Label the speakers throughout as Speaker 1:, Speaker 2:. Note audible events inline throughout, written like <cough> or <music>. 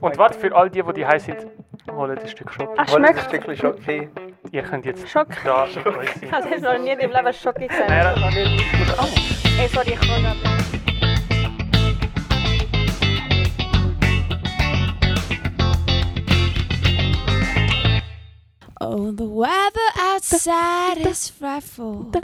Speaker 1: Und warte, für all die, die die heiß sind, Oh, holt ein Stück Schokolade.
Speaker 2: Ach,
Speaker 3: Hol jetzt ein
Speaker 2: Ah, schmeckt.
Speaker 3: Stückchen Schoki.
Speaker 1: Ihr könnt jetzt
Speaker 2: Schock.
Speaker 1: da rein.
Speaker 2: Ich habe noch nie im Leben Schoki gesehen.
Speaker 1: Nein, noch nicht.
Speaker 2: Oh. Ey, sorry, ich kann nicht.
Speaker 4: Oh, the weather outside is frightful, but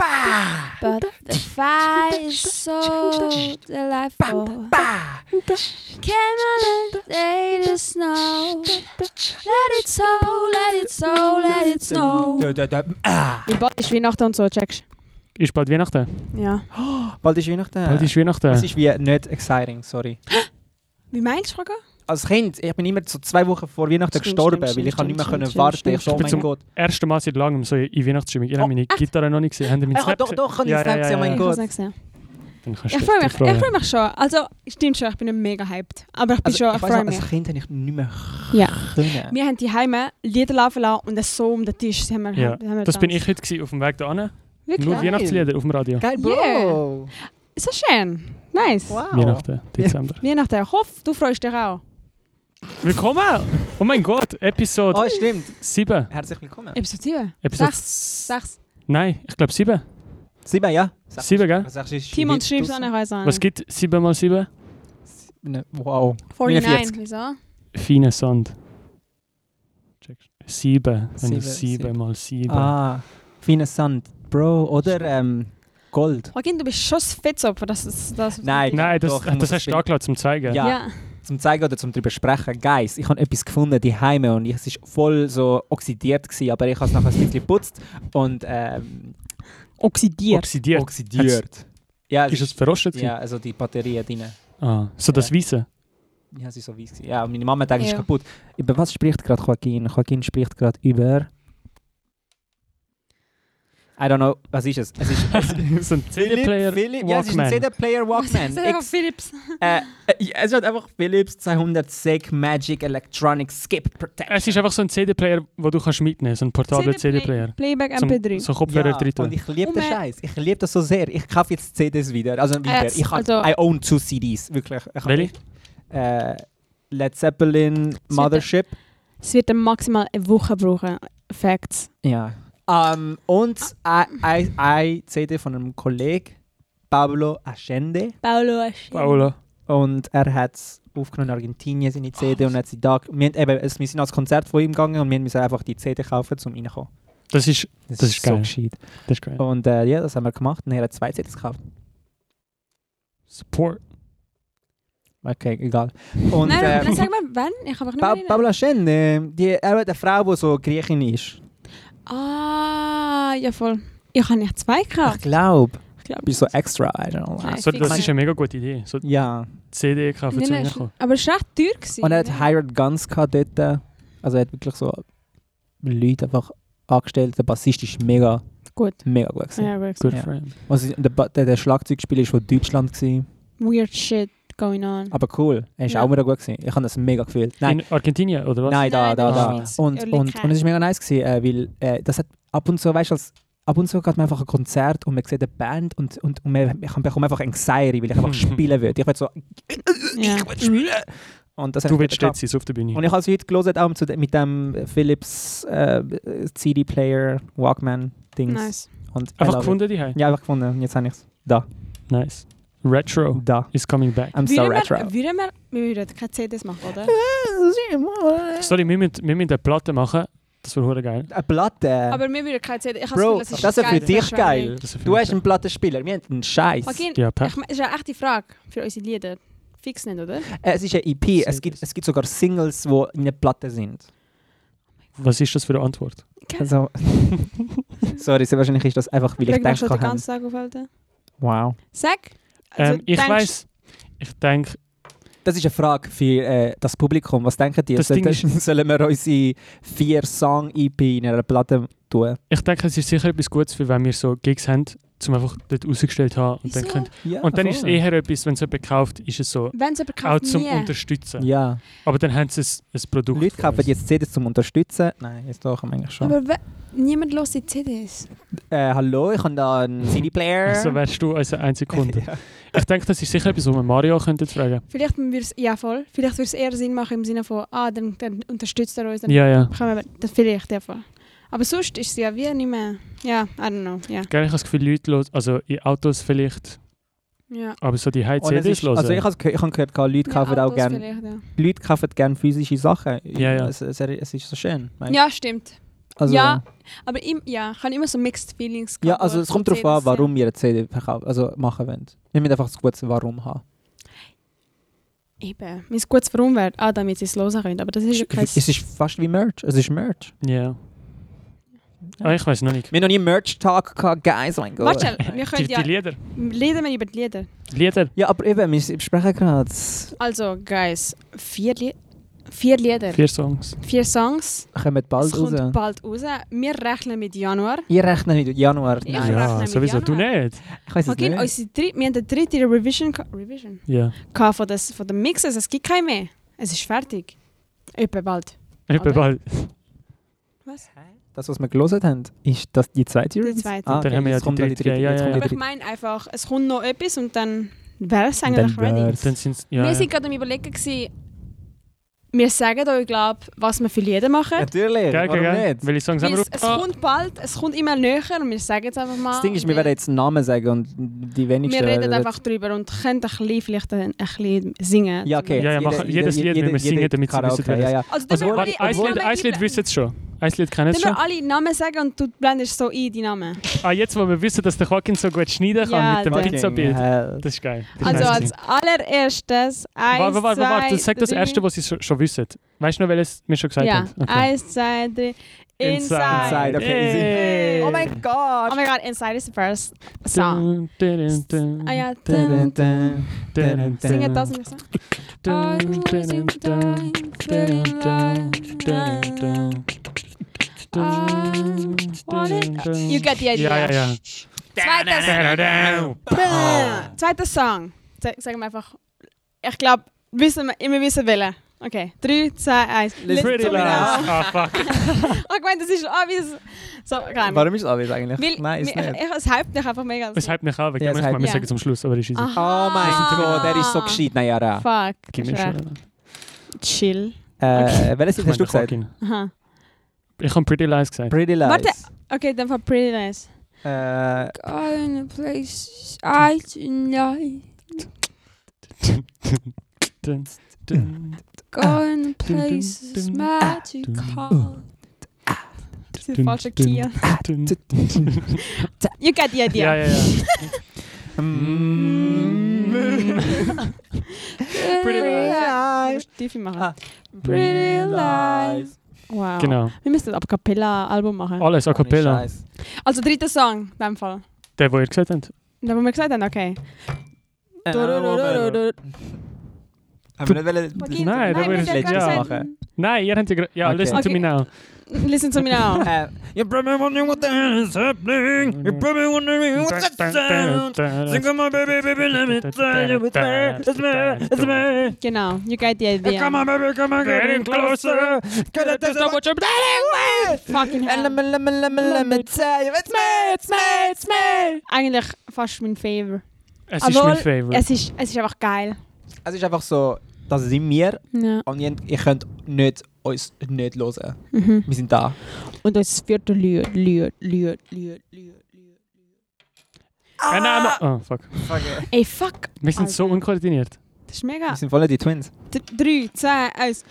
Speaker 4: the fire is so delightful. Came on a day to snow. Let it snow, let it snow, let it snow.
Speaker 1: ah.
Speaker 5: Und bald ist Weihnachten und so, checkst
Speaker 1: Ist bald Weihnachten.
Speaker 5: Ja.
Speaker 3: Bald ist Weihnachten.
Speaker 1: Bald ist
Speaker 3: es
Speaker 1: Weihnachten.
Speaker 3: ist wie nicht exciting, sorry.
Speaker 5: Wie meinst du, Fraga?
Speaker 3: Als Kind, ich bin immer so zwei Wochen vor Weihnachten
Speaker 5: Stimmt,
Speaker 3: gestorben,
Speaker 5: stimmt,
Speaker 3: weil ich
Speaker 5: stimmt,
Speaker 3: nicht mehr
Speaker 5: stimmt,
Speaker 3: können
Speaker 5: stimmt,
Speaker 3: warten
Speaker 5: stimmt,
Speaker 3: Ich so, oh
Speaker 1: stimmt.
Speaker 3: mein
Speaker 1: Zum-
Speaker 3: Gott.
Speaker 1: Erste Mal seit langem so in Weihnachtsstimmung. Ich
Speaker 3: Oh,
Speaker 1: habe meine
Speaker 5: echt?
Speaker 1: Gitarre noch nicht gesehen. Habt ihr meinen
Speaker 3: Ich
Speaker 1: Snap
Speaker 3: doch,
Speaker 1: gesehen?
Speaker 3: doch, kann ich
Speaker 1: Ja,
Speaker 3: ja, Snap
Speaker 1: ja,
Speaker 3: sehen,
Speaker 1: ja,
Speaker 3: oh mein
Speaker 5: Ich
Speaker 1: ja.
Speaker 5: habe
Speaker 3: Gott.
Speaker 5: es nicht gesehen.
Speaker 1: Dann kannst du
Speaker 5: Ich
Speaker 1: dich
Speaker 5: freue mich, ich
Speaker 1: freuen.
Speaker 5: freue mich schon. Also, stimmt schon, ich bin mega hyped. Aber ich bin
Speaker 3: Also,
Speaker 5: schon, ich
Speaker 3: ich weiss
Speaker 5: freue
Speaker 3: noch,
Speaker 5: mich.
Speaker 3: als Kind habe ich nicht mehr
Speaker 5: Ja.
Speaker 3: können.
Speaker 5: Wir haben die Heime Lieder laufen lassen und es so um den Tisch. Das, haben wir,
Speaker 1: Ja,
Speaker 5: haben wir
Speaker 1: Das bin
Speaker 5: getanzt.
Speaker 1: ich heute gewesen, auf dem Weg hierher.
Speaker 5: Wirklich?
Speaker 1: Nur Weihnachtslieder auf dem Radio.
Speaker 3: Geil,
Speaker 5: Yeah. So schön. Nice.
Speaker 3: Wow.
Speaker 1: Weihnachten, Dezember.
Speaker 5: Weihnachten. Ich hoffe, du freust dich auch.
Speaker 1: Willkommen! Oh mein Gott, Episode
Speaker 3: Oh, stimmt.
Speaker 1: 7.
Speaker 3: Herzlich willkommen.
Speaker 5: Episode 7.
Speaker 1: Episode
Speaker 5: Sechs. Sechs.
Speaker 1: Nein, ich glaube 7.
Speaker 3: Sieben, ja. Sechs.
Speaker 1: 7, gell?
Speaker 3: Sechs ist
Speaker 5: Timon,
Speaker 3: heute
Speaker 5: schreib's an,
Speaker 3: draussen.
Speaker 5: ich weiss auch
Speaker 1: Was
Speaker 5: nicht.
Speaker 1: gibt 7 mal 7?
Speaker 3: Ne, Wow. 49.
Speaker 5: 49. Wieso?
Speaker 1: Feiner Sand. Checkst. 7. Wenn
Speaker 3: Sieben,
Speaker 1: du 7
Speaker 3: sieben.
Speaker 1: mal 7.
Speaker 3: Ah, feiner Sand. Bro, oder ähm, Gold.
Speaker 5: Joaquin, du bist schon das Fettopfer, dass es das...
Speaker 3: Nein,
Speaker 1: Nein, das,
Speaker 3: doch, ich muss
Speaker 1: das hast du
Speaker 3: bin-
Speaker 1: angelassen zum Zeigen.
Speaker 3: Ja.
Speaker 5: Ja. <laughs>
Speaker 3: Zum Zeigen oder zum drüber sprechen. Guys, ich habe etwas gefunden, die Heime, und ich, es war voll so oxidiert, gewesen, aber ich habe es nachher ein bisschen geputzt und ähm,
Speaker 5: Oxidiert.
Speaker 1: Oxidiert.
Speaker 3: oxidiert. Ja,
Speaker 1: Ist es verrostet?
Speaker 3: ja, also die Batterien drin.
Speaker 1: Ah, so das
Speaker 3: <laughs>
Speaker 1: Weiße.
Speaker 3: Ja, sie ist so weiss. gewesen. Ja, und meine Mama denkt, es ist
Speaker 5: Ja.
Speaker 3: kaputt. Über was spricht gerade Joaquin? Joaquin spricht gerade über... I don't know, was ist es?
Speaker 1: <laughs>
Speaker 3: Es ist... Es
Speaker 1: so ein CD-Player.
Speaker 3: Philipp, ja, es ist ein
Speaker 1: Walkman.
Speaker 3: CD-Player
Speaker 5: <laughs>
Speaker 3: Walkman.
Speaker 5: Ex-
Speaker 3: Ex
Speaker 5: Philips.
Speaker 3: äh, äh, es hat einfach Philips 200 SEG Magic Electronic Skip Protection.
Speaker 1: Es ist einfach so ein CD-Player, den du kannst mitnehmen kannst. So ein portabler
Speaker 5: CD-Play-
Speaker 1: CD-Player.
Speaker 5: Playback
Speaker 1: Zum-
Speaker 5: MP3.
Speaker 1: So Kopfhörer
Speaker 3: ja,
Speaker 1: drin
Speaker 3: und
Speaker 1: tun.
Speaker 3: ich liebe
Speaker 5: Und äh,
Speaker 3: den
Speaker 5: man-
Speaker 3: Scheiß. Ich liebe das so sehr. Ich kaufe jetzt CDs wieder. Also wieder.
Speaker 5: Äh,
Speaker 3: ich habe
Speaker 5: also-
Speaker 3: I own two CDs, wirklich. Ich hab-
Speaker 1: Welche?
Speaker 3: Äh, Led Zeppelin Mothership.
Speaker 5: Es wird dann maximal eine Woche brauchen. Facts.
Speaker 3: Ja. Ähm, und eine CD von einem Kollegen, Pablo Allende.
Speaker 5: Paolo Aschi.
Speaker 1: Paula.
Speaker 3: Und er hat es aufgenommen in Argentinien, seine CD, und hat sie da... Wir, haben eben, es, wir sind ans Konzert von ihm gegangen und wir müssen einfach die CD kaufen, um reinkommen.
Speaker 1: Das ist, Das ist geil.
Speaker 3: so gescheit.
Speaker 1: das ist geil.
Speaker 3: Und äh, ja, das haben wir gemacht und er hat zwei CDs gekauft.
Speaker 1: Support.
Speaker 3: Okay, egal. Und,
Speaker 5: nein,
Speaker 3: äh,
Speaker 5: nein, sag mal, wann? Ich kann mich nicht
Speaker 3: Pa
Speaker 5: mehr erinnern.
Speaker 3: Paula Schen, äh, die, er hat eine Frau, die so Griechin ist.
Speaker 5: Ah, ja voll. Ich habe nicht zwei
Speaker 3: Ich
Speaker 5: gekauft.
Speaker 3: glaube.
Speaker 5: Ich glaube,
Speaker 3: Bist so extra, I don't know.
Speaker 5: Nein.
Speaker 1: So,
Speaker 5: fix
Speaker 1: das
Speaker 5: nicht.
Speaker 1: ist eine mega gute Idee. So
Speaker 3: Ja.
Speaker 1: CD kaufen zu
Speaker 5: Nein, nein,
Speaker 1: reinkommen.
Speaker 5: Aber es war recht teuer. Gewesen,
Speaker 3: Und er hat
Speaker 5: oder?
Speaker 3: Hired Guns gehabt dort. äh, Also er hat wirklich so Leute einfach angestellt. Der Bassist ist mega,
Speaker 5: Gut.
Speaker 3: mega gut gewesen.
Speaker 5: Ja, gut.
Speaker 1: Good
Speaker 3: Ja.
Speaker 1: friend.
Speaker 3: Und sie- der, Ba- der, der Schlagzeugspieler ist von Deutschland gewesen.
Speaker 5: Weird shit going on.
Speaker 3: Aber cool. Er ist
Speaker 5: Ja.
Speaker 3: auch mega gut gewesen. Ich habe das mega gefühlt. Nein,
Speaker 1: In Argentinien, oder was? Ah.
Speaker 3: Nein, da,
Speaker 5: Nein,
Speaker 3: da,
Speaker 1: das
Speaker 3: da.
Speaker 5: ist
Speaker 3: Und,
Speaker 5: ehrlich
Speaker 3: und,
Speaker 5: kein.
Speaker 3: und es war mega nice, gewesen, äh, weil äh, das hat ab und zu, weißt du, als- ab und zu geht man einfach ein Konzert und man sieht eine Band und, und, und man, ich bekomme einfach Anxiety, weil
Speaker 1: <laughs>
Speaker 3: ich einfach spielen würde. Ich will so,
Speaker 5: Ja.
Speaker 3: ich will spielen. Und das hat
Speaker 1: Du
Speaker 3: mich
Speaker 1: willst
Speaker 3: gehabt.
Speaker 1: stets sein, auf der Bühne.
Speaker 3: Und ich habe es heute gelesen, auch zu de- mit dem Philips äh, CD-Player, Walkman-Dings.
Speaker 5: Nice.
Speaker 3: Und I
Speaker 1: Einfach
Speaker 3: love
Speaker 1: gefunden, die
Speaker 3: It. Ja, einfach gefunden. Und jetzt habe ich es. Da.
Speaker 1: Nice. Retro
Speaker 3: Da.
Speaker 1: is coming back.
Speaker 3: I'm so
Speaker 5: Würden
Speaker 3: retro. <laughs>
Speaker 5: wir, würden wir, wir würden keine CDs machen, oder?
Speaker 1: Sorry, wir müssen, wir müssen eine Platte machen. Das wäre hure geil.
Speaker 3: Eine Platte.
Speaker 5: Aber wir würden keine CDs. Ich habe
Speaker 3: Bro,
Speaker 5: das Gefühl,
Speaker 3: das ist für
Speaker 5: geil,
Speaker 3: dich
Speaker 5: das wäre
Speaker 3: geil.
Speaker 1: Das wär für
Speaker 3: Du
Speaker 1: mich
Speaker 3: hast einen Plattenspieler. Wir haben einen Scheiß.
Speaker 5: Joaquin,
Speaker 1: Ja,
Speaker 5: ich
Speaker 1: perfekt.
Speaker 5: meine, das ist eine echte Frage für unsere Lieder. Fix nicht, oder?
Speaker 3: Äh, Es ist eine EP, es
Speaker 1: CDs.
Speaker 3: gibt, es gibt sogar Singles, die in der Platte sind.
Speaker 1: Was ist das für eine Antwort?
Speaker 3: <laughs> Also, sorry, sehr wahrscheinlich ist das einfach, weil ich
Speaker 5: Reg mich
Speaker 3: denke,
Speaker 5: schon den
Speaker 3: kann.
Speaker 5: ganzen Tag auf, Alter.
Speaker 3: Wow.
Speaker 5: Sag. Also,
Speaker 1: ähm, ich weiß, ich denke,
Speaker 3: Das ist eine Frage für äh, das Publikum. Was denken die?
Speaker 1: Das Ding
Speaker 3: Sollten- <laughs> sollen wir unsere vier Song-EP in einer Platte tun?
Speaker 1: ich denke, es ist sicher etwas Gutes, für wenn wir so Gigs haben, zum einfach dort rausgestellt zu haben. Und dann,
Speaker 5: Wieso?
Speaker 1: könnt,
Speaker 3: Ja,
Speaker 1: und dann
Speaker 3: Ah, voll.
Speaker 1: ist es eh eher etwas, wenn es jemand kauft, ist es so,
Speaker 5: Wenn es jemand
Speaker 1: auch
Speaker 5: kauft,
Speaker 1: zum
Speaker 5: nie.
Speaker 1: Unterstützen.
Speaker 3: Ja,
Speaker 1: Aber dann haben sie ein, ein Produkt.
Speaker 3: Leute
Speaker 1: von
Speaker 3: kaufen
Speaker 1: uns.
Speaker 3: jetzt CDs zum Unterstützen. Nein, jetzt doch, eigentlich schon.
Speaker 5: Aber we- niemand hört die CDs.
Speaker 3: äh, hallo, ich habe da einen CD-Player.
Speaker 1: Also wärst du unser einziger Kunde.
Speaker 3: <laughs> ja.
Speaker 1: Ich denke, das ist sicher etwas, was wir Mario könnten fragen
Speaker 5: Vielleicht würde es, ja voll, vielleicht würde es eher Sinn machen im Sinne von, ah, dann, dann unterstützt er uns, dann
Speaker 1: Ja, ja.
Speaker 5: bekommen wir das vielleicht der Fall. Aber sonst ist es ja wie nicht mehr, ja, I don't know, ja.
Speaker 1: Gell, ich habe das Gefühl, Leute hören, also in Autos vielleicht,
Speaker 5: ja.
Speaker 1: aber so die
Speaker 3: Und es
Speaker 1: High-CDs
Speaker 3: ist,
Speaker 1: hören.
Speaker 3: also ich habe gehört, ich hab gehört, Leute kaufen
Speaker 5: ja,
Speaker 3: auch
Speaker 5: Autos
Speaker 3: gerne
Speaker 5: vielleicht, Ja.
Speaker 3: Leute kaufen gerne physische Sachen.
Speaker 1: Ja, ja.
Speaker 3: Es, es, es ist so schön. weißt du?
Speaker 5: ja, stimmt.
Speaker 3: also,
Speaker 5: ja. Aber im, ja, ich habe immer so Mixed Feelings.
Speaker 3: ja,
Speaker 5: gehabt,
Speaker 3: also
Speaker 5: wo
Speaker 3: es
Speaker 5: ich
Speaker 3: kommt
Speaker 5: so
Speaker 3: darauf an,
Speaker 5: CDs, ja.
Speaker 3: warum ihr eine CD verkauft, also machen wollt. Ihr müsst einfach das gute Warum haben.
Speaker 5: Eben. Mein gutes Warum wäre, ah, damit sie es hören können. Aber das ist ja kein...
Speaker 3: Es ist fast wie Merch. Es ist Merch.
Speaker 1: Ja. Ah, ich weiß noch nicht.
Speaker 3: Wir haben noch nie Merch-Tag gehabt, guys, mein Gott.
Speaker 5: Warte,
Speaker 3: <laughs>
Speaker 5: schnell, wir
Speaker 1: Die,
Speaker 5: können
Speaker 1: die
Speaker 5: ja...
Speaker 1: Lieder.
Speaker 5: Reden wir über die Lieder.
Speaker 1: Lieder.
Speaker 3: Ja, aber eben, wir sprechen gerade.
Speaker 5: Also, guys, vier, Lied vier Lieder,
Speaker 1: Vier
Speaker 5: vier,
Speaker 1: Songs.
Speaker 5: Songs.
Speaker 3: Kommen bald
Speaker 5: es kommt
Speaker 3: raus.
Speaker 5: bald raus. Wir rechnen mit Januar.
Speaker 3: Ihr rechnet mit Januar.
Speaker 5: Ich
Speaker 3: Nein,
Speaker 5: rechne
Speaker 1: ja,
Speaker 5: mit
Speaker 1: sowieso. Du nicht?
Speaker 3: ich weiß es
Speaker 5: Okay,
Speaker 3: nicht.
Speaker 5: unsere dritte- wir haben den dritten Revision, geha- Revision
Speaker 1: Ja.
Speaker 5: gehabt von, des, von den Mixes. Es gibt keinen mehr. Es ist fertig. Etwa bald.
Speaker 1: Ich bin
Speaker 5: Aber-
Speaker 1: bald.
Speaker 5: Was?
Speaker 3: Das, was wir gelesen haben, ist das die zweite Release?
Speaker 5: zweite.
Speaker 3: Ah,
Speaker 1: Dann haben wir ja
Speaker 3: jetzt
Speaker 1: die
Speaker 3: kommt noch
Speaker 1: dritte, ja,
Speaker 3: jetzt
Speaker 1: ja,
Speaker 3: kommt
Speaker 5: Aber
Speaker 3: die
Speaker 5: ich meine einfach, es kommt noch etwas und dann wäre es eigentlich
Speaker 3: Dann
Speaker 5: ready.
Speaker 3: wär's.
Speaker 1: Dann sind's, ja,
Speaker 5: wir
Speaker 1: ja.
Speaker 5: sind gerade am überlegen, gewesen, wir sagen euch, glaub, was wir für Lieder machen.
Speaker 3: Natürlich,
Speaker 1: Geil, geil,
Speaker 3: warum
Speaker 1: geil.
Speaker 3: nicht?
Speaker 1: Welche Songs haben
Speaker 5: Weil
Speaker 1: wir
Speaker 5: es,
Speaker 1: auf?
Speaker 5: es
Speaker 1: Ah.
Speaker 5: kommt bald, es kommt immer näher und wir sagen jetzt einfach mal.
Speaker 3: Das Ding ist,
Speaker 5: und
Speaker 3: wir
Speaker 5: dann-
Speaker 3: werden jetzt einen Namen sagen und die wenigsten...
Speaker 5: Wir reden
Speaker 3: werden-
Speaker 5: einfach drüber und können ein bisschen, vielleicht ein, ein bisschen singen.
Speaker 3: Ja, okay.
Speaker 1: Ja, ja, machen- jedes Lied müssen wir singen, damit sie wissen, wer
Speaker 3: ja,
Speaker 1: es-
Speaker 3: ja.
Speaker 5: Also,
Speaker 3: Also,
Speaker 5: also wir
Speaker 3: warte,
Speaker 5: alle,
Speaker 1: Warte, ein Lied, ein Lied wissen sie schon. Ein Lied kennen sie
Speaker 5: Dann
Speaker 1: schon.
Speaker 5: wir alle Namen sagen und du blendest so ein, die Namen.
Speaker 1: Ah, jetzt, wo wir wissen, dass der Joaquin so gut schneiden kann
Speaker 5: Ja,
Speaker 1: mit dem
Speaker 5: Alter.
Speaker 1: Pizzabild.
Speaker 3: Hell.
Speaker 1: Das ist geil. Das ist
Speaker 5: Also
Speaker 1: nice
Speaker 5: als allererstes, eins,
Speaker 1: Warte, warte,
Speaker 5: zwei,
Speaker 1: warte, sag das
Speaker 5: drei.
Speaker 1: erste, was ihr schon, schon wisst. Weißt du noch, welches wir schon gesagt
Speaker 5: Ja,
Speaker 1: haben? Okay.
Speaker 5: eins, zwei, drei. Inside.
Speaker 3: Inside, okay, easy.
Speaker 1: Hey.
Speaker 3: Oh mein Gott!
Speaker 5: Oh mein Gott, Inside is the first song.
Speaker 1: Dun, dun, dun,
Speaker 5: Ah ja,
Speaker 1: dun, dun,
Speaker 5: singen
Speaker 1: dun,
Speaker 5: das nicht so.
Speaker 1: dun, dun, dun, dun, dun, dun, dun, dun. Dun, dun, dun.
Speaker 5: Ah, oh, You get the idea.
Speaker 1: Ja, ja, ja.
Speaker 5: Zweites, zweites Song. Sag- Sagen wir einfach. Ich glaube, wissen wir, immer wissen wollen. Okay, 3, 2, 1.
Speaker 1: Pretty
Speaker 3: Tommy
Speaker 1: Lies. Ah,
Speaker 5: <laughs>
Speaker 1: fuck.
Speaker 5: Oh, Ich meine, das ist obvious. So, gar nicht.
Speaker 3: Warum ist es obvious eigentlich?
Speaker 5: Weil,
Speaker 3: Nein, ist
Speaker 5: mir-
Speaker 3: nicht.
Speaker 5: Ich, ich, es hype mich einfach mega.
Speaker 1: Es hält mich auch weg.
Speaker 3: Ja,
Speaker 1: Ja,
Speaker 3: es
Speaker 1: ich mal
Speaker 3: hype-
Speaker 1: wir sagen zum Schluss, aber ist easy.
Speaker 3: Oh mein
Speaker 5: Ah.
Speaker 3: Gott, der ist so gescheit, Nayara.
Speaker 5: Fuck.
Speaker 1: Gib mir
Speaker 5: das ist
Speaker 1: schon.
Speaker 5: echt Chill.
Speaker 3: Äh, welches
Speaker 1: Ich
Speaker 3: Lied hast du
Speaker 1: meine,
Speaker 3: gesagt?
Speaker 1: Joaquin.
Speaker 5: Aha.
Speaker 1: Ich habe Pretty Lies gesagt.
Speaker 3: Pretty Lies.
Speaker 5: Warte. Okay, dann war pretty nice.
Speaker 3: Äh,
Speaker 4: Going in a place I tonight.
Speaker 1: Dun, dun,
Speaker 4: Going in a
Speaker 1: dun,
Speaker 4: place is
Speaker 1: dun,
Speaker 4: magical.
Speaker 5: Das ist ein falscher
Speaker 1: dun,
Speaker 5: Kia.
Speaker 1: dun.
Speaker 5: You get the
Speaker 1: Ja,
Speaker 5: idea.
Speaker 1: ja, ja. Mm.
Speaker 3: mm.
Speaker 5: <laughs>
Speaker 1: Pretty
Speaker 5: lies. Stiefel machen.
Speaker 3: Ah.
Speaker 4: Pretty lies.
Speaker 5: Wow.
Speaker 1: Genau.
Speaker 5: Wir müssen ein A Cappella-Album machen.
Speaker 1: Alles a cappella.
Speaker 3: Scheiß.
Speaker 5: Also dritter Song, in dem Fall.
Speaker 1: Der, wo ihr gesagt habt.
Speaker 5: Da wo wir gesagt haben, okay.
Speaker 3: Haben wir nicht wollen-
Speaker 5: Joaquin,
Speaker 1: Nein, da würde
Speaker 5: wir
Speaker 1: ich
Speaker 5: haben
Speaker 1: nicht
Speaker 5: gerade
Speaker 1: ja
Speaker 5: gesagt,
Speaker 3: machen.
Speaker 1: Nein, ihr habt ja gerade... Ja,
Speaker 3: Okay.
Speaker 1: listen to me
Speaker 5: Okay.
Speaker 1: now.
Speaker 5: Listen to me now.
Speaker 3: <laughs> Äh, You probably wondering what the hell is happening. You probably wondering what's that sound. Think of my baby, baby, let me tell you it's me, it's me, it's me.
Speaker 5: genau, you get the idea.
Speaker 3: Come on, baby, come on, getting closer. Get a taste of what you're dealing with.
Speaker 5: Fucking
Speaker 3: And let
Speaker 5: hell.
Speaker 3: me, let me, let me, let me tell you it's me, it's me, it's me.
Speaker 5: Eigentlich fast mein Favor.
Speaker 1: Es ist mein
Speaker 5: Obwohl,
Speaker 1: Favorite.
Speaker 5: Es ist, es ist einfach geil.
Speaker 3: Es ist einfach so, das sind wir
Speaker 5: Ja.
Speaker 3: und ihr, ihr könnt nicht, uns nicht hören.
Speaker 5: Mhm.
Speaker 3: Wir sind da.
Speaker 5: Und das vierte Lied, Lied, Lied, Lied, Lied, Lied.
Speaker 1: Ah, nein, nein. Oh, fuck.
Speaker 5: Ey, fuck.
Speaker 1: Wir sind so
Speaker 5: Alter.
Speaker 1: unkoordiniert.
Speaker 5: Das ist mega.
Speaker 3: Wir sind voll die Twins.
Speaker 5: D- Drei, zwei, eins.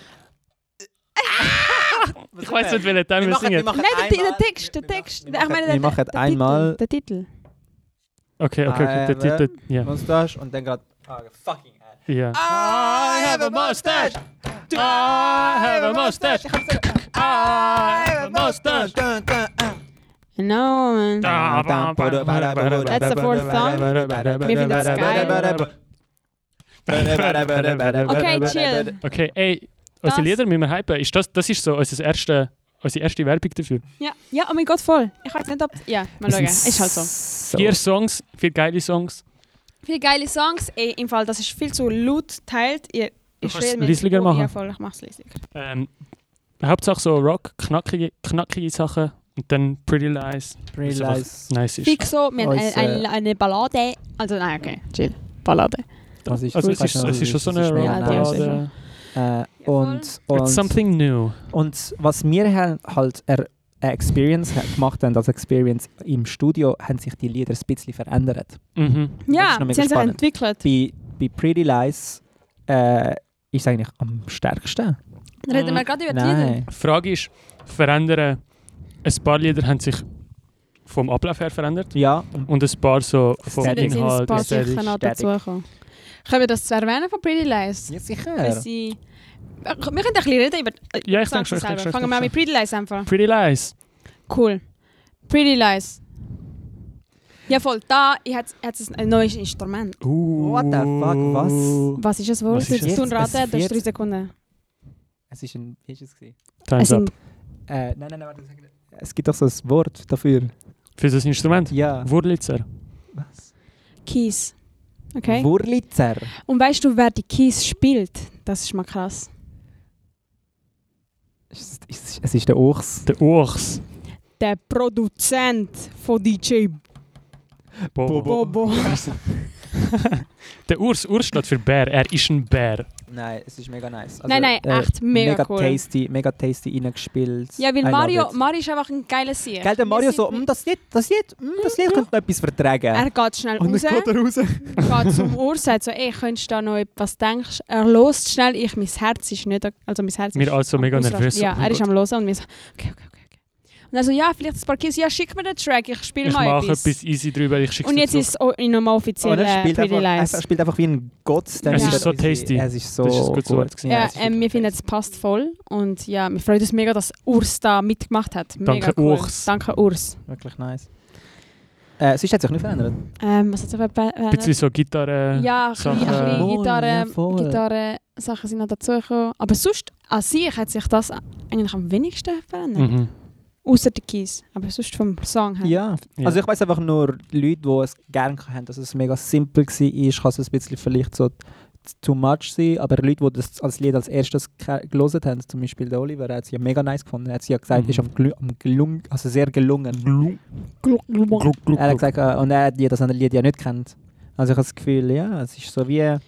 Speaker 1: Ich weiß nicht, welcher Teil wir singen.
Speaker 5: Nein, der, Ti- der Text, der Text. Ich meine,
Speaker 3: wir
Speaker 5: der,
Speaker 3: machen
Speaker 5: der
Speaker 3: einmal-
Speaker 5: Titel. Der Titel.
Speaker 1: Okay, okay, okay. Der
Speaker 3: I have a-
Speaker 1: Titel... Ja.
Speaker 3: Mustache und dann gerade. Ah, fucking hell.
Speaker 1: Ja.
Speaker 3: I
Speaker 1: have a mustache. I have a mustache. I have a mustache.
Speaker 5: No, man. That's the fourth song. Wir finden das
Speaker 1: geil.
Speaker 5: Okay, chill.
Speaker 1: Okay, ey, unsere
Speaker 5: Das-
Speaker 1: Lieder müssen wir hypen. Ist das, das ist so unser erstes unsere erste Werbung dafür.
Speaker 5: Ja, ja, oh mein Gott, voll. Ich weiß nicht, ob... Ja, mal schauen. Ist halt so.
Speaker 1: Vier Songs, vier geile Songs.
Speaker 5: Viele geile Songs. Ey, im Fall, das ist viel zu laut teilt. Ihr,
Speaker 1: Du
Speaker 5: ich
Speaker 1: kannst es
Speaker 5: rede mit-
Speaker 1: leislicher
Speaker 5: Oh, Ja,
Speaker 1: machen.
Speaker 5: voll, ich mach's leislicher.
Speaker 1: Ähm, Hauptsache so Rock, knackige, knackige Sachen und dann Pretty Lies. was einfach
Speaker 3: Realize.
Speaker 1: Nice ist.
Speaker 5: Fix so, wir haben eine,
Speaker 3: Unser-
Speaker 5: eine, eine Ballade. Also, nein, okay, chill. Ballade.
Speaker 3: äh, Das ist
Speaker 1: Also
Speaker 3: cool.
Speaker 1: es ist, es ist schon so eine
Speaker 3: Das ist mega
Speaker 1: Rockballade.
Speaker 3: Äh, und,
Speaker 1: It's
Speaker 3: und,
Speaker 1: something new.
Speaker 3: und was wir ha- halt er, eine Experience ha- gemacht haben, als Experience im Studio, haben sich die Lieder ein bisschen verändert.
Speaker 1: Mhm.
Speaker 5: Ja,
Speaker 3: ist noch mega
Speaker 5: sie haben sich
Speaker 3: spannend.
Speaker 5: entwickelt.
Speaker 3: Bei, bei Pretty Lies äh, ist es eigentlich am stärksten.
Speaker 5: Dann reden wir gerade über die Lieder.
Speaker 3: Nein.
Speaker 1: Die Frage ist, verändern... Ein paar Lieder haben sich vom Ablauf her verändert
Speaker 3: Ja, und
Speaker 1: und ein paar so vom
Speaker 3: Ästhetik.
Speaker 5: Sind sind ein
Speaker 1: Inhalt.
Speaker 5: paar
Speaker 1: ästhetisch.
Speaker 5: Sachen noch
Speaker 3: Ästhetik.
Speaker 5: dazugekommen. Können wir das zu erwähnen von Pretty Lies?
Speaker 3: ja,
Speaker 5: Weil
Speaker 3: sicher.
Speaker 5: sie- Äh, Wir können ein bisschen reden über...
Speaker 1: Ja, ich
Speaker 5: Sag
Speaker 1: denke schon.
Speaker 5: es
Speaker 1: Ich denke
Speaker 5: selber.
Speaker 1: schon ich
Speaker 5: Fangen
Speaker 1: denke
Speaker 5: wir an
Speaker 1: schon.
Speaker 5: mit Pretty Lies einfach.
Speaker 1: Pretty Lies.
Speaker 5: Cool. Pretty Lies. Ja voll, da hat es äh, ein neues Instrument.
Speaker 1: Uh.
Speaker 3: What the fuck, was?
Speaker 5: Was ist es wohl?
Speaker 1: Was ist
Speaker 5: Sollst du
Speaker 3: es?
Speaker 5: es raten?
Speaker 3: Es
Speaker 5: Du hast
Speaker 3: wird-
Speaker 5: drei Sekunden.
Speaker 3: Es ist ein. Wie ist es gewesen?
Speaker 1: Time's
Speaker 5: Also-
Speaker 1: up.
Speaker 3: äh, Nein, nein, nein, warte. sag- Es gibt doch so ein Wort dafür.
Speaker 1: Für das Instrument?
Speaker 3: Ja.
Speaker 1: Wurlitzer.
Speaker 3: Was?
Speaker 5: Keys. Okay.
Speaker 3: Wurlitzer.
Speaker 5: Und weißt du, wer die Keys spielt? Das ist mal krass.
Speaker 3: Es ist, es ist der <laughs> Ochs.
Speaker 1: Der Ochs.
Speaker 5: Der Produzent von DJ
Speaker 1: Bobo.
Speaker 5: Bobo.
Speaker 3: Also,
Speaker 1: Der Urs, Urs steht für Bär. Er ist ein Bär.
Speaker 3: Nein, es ist mega nice. Also,
Speaker 5: Nein, nein, echt mega cool.
Speaker 3: Tasty, äh, mega tasty reingespielt.
Speaker 5: Ja, weil
Speaker 3: I love
Speaker 5: Mario,
Speaker 3: it.
Speaker 5: Mario ist einfach ein geiler Sieg.
Speaker 3: Gell, der Mario so, «Mm,
Speaker 5: Er
Speaker 3: das Lied, das Lied, mm, das Lied könnte noch etwas vertragen.
Speaker 5: geht schnell raus,
Speaker 3: er raus.
Speaker 5: geht zum Urs, sagt so, ey, könntest du da noch etwas denkst? Er lost schnell, ich, mein Herz ist nicht, also mein Herz
Speaker 1: Wir
Speaker 5: ist
Speaker 1: alle so
Speaker 5: am
Speaker 1: mega
Speaker 5: Ausrasten.
Speaker 1: nervös.
Speaker 5: Ja,
Speaker 1: Oh
Speaker 5: er ist
Speaker 1: Gott.
Speaker 5: am Losen und wir so, okay, okay, okay. okay. Und er so, ja, vielleicht ein paar Keys, ja, schick mir den Track, ich spiele
Speaker 1: Ich
Speaker 5: mal
Speaker 1: mache etwas easy drüber. Ich schicke
Speaker 5: Und jetzt ist es auch in einem
Speaker 3: Und
Speaker 5: offiziellen
Speaker 3: er
Speaker 5: äh,
Speaker 3: Oh, spielt
Speaker 5: Pretty
Speaker 3: einfach,
Speaker 5: Lies.
Speaker 3: er spielt einfach wie ein Gott. dann
Speaker 5: Es
Speaker 3: wieder
Speaker 5: ist
Speaker 1: so
Speaker 3: easy.
Speaker 1: tasty.
Speaker 3: Es ist so
Speaker 1: Das ist ein gutes Wort.
Speaker 3: gewesen.
Speaker 5: Ja,
Speaker 3: es ist
Speaker 5: ähm, wir
Speaker 3: wirklich
Speaker 5: finden,
Speaker 3: tasty.
Speaker 5: es passt voll. Und ja, wir freuen uns mega, dass Urs da mitgemacht hat. Mega
Speaker 1: Danke,
Speaker 5: cool.
Speaker 1: Urs.
Speaker 5: Danke, Urs.
Speaker 3: Wirklich nice. Äh, sonst hat sich nicht verändert.
Speaker 5: Ähm, was hat sich
Speaker 1: ein bisschen so Gitarre.
Speaker 5: Ja, ein bisschen-
Speaker 1: Sachen.
Speaker 5: ein bisschen
Speaker 3: Voll, ja,
Speaker 5: Gitarre,
Speaker 3: voll.
Speaker 5: Gitarre Sachen sind noch dazugekommen. Aber sonst, an sich hat sich das eigentlich am wenigsten verändert.
Speaker 1: Mhm.
Speaker 5: Außer die Keys. Aber sonst vom Song her.
Speaker 3: Ja.
Speaker 1: Ja.
Speaker 3: Also ich weiß einfach nur, Leute, die es gerne haben, dass es mega simpel war, kann es ein bisschen vielleicht so t- too much sein, aber Leute, die das als Lied als erstes ke- gelesen haben, zum Beispiel der Oliver, er hat es ja mega nice gefunden. Er hat es ja gesagt,
Speaker 1: Mhm.
Speaker 3: ist am, gelu am gelungen, also sehr gelungen.
Speaker 5: Gluck, gluck, gluck.
Speaker 1: Gluck, gluck,
Speaker 3: Er hat
Speaker 1: gluck.
Speaker 3: gesagt, äh, und er hat ja das andere Lied ja nicht kennt. Also ich habe das Gefühl, ja, es ist so wie, man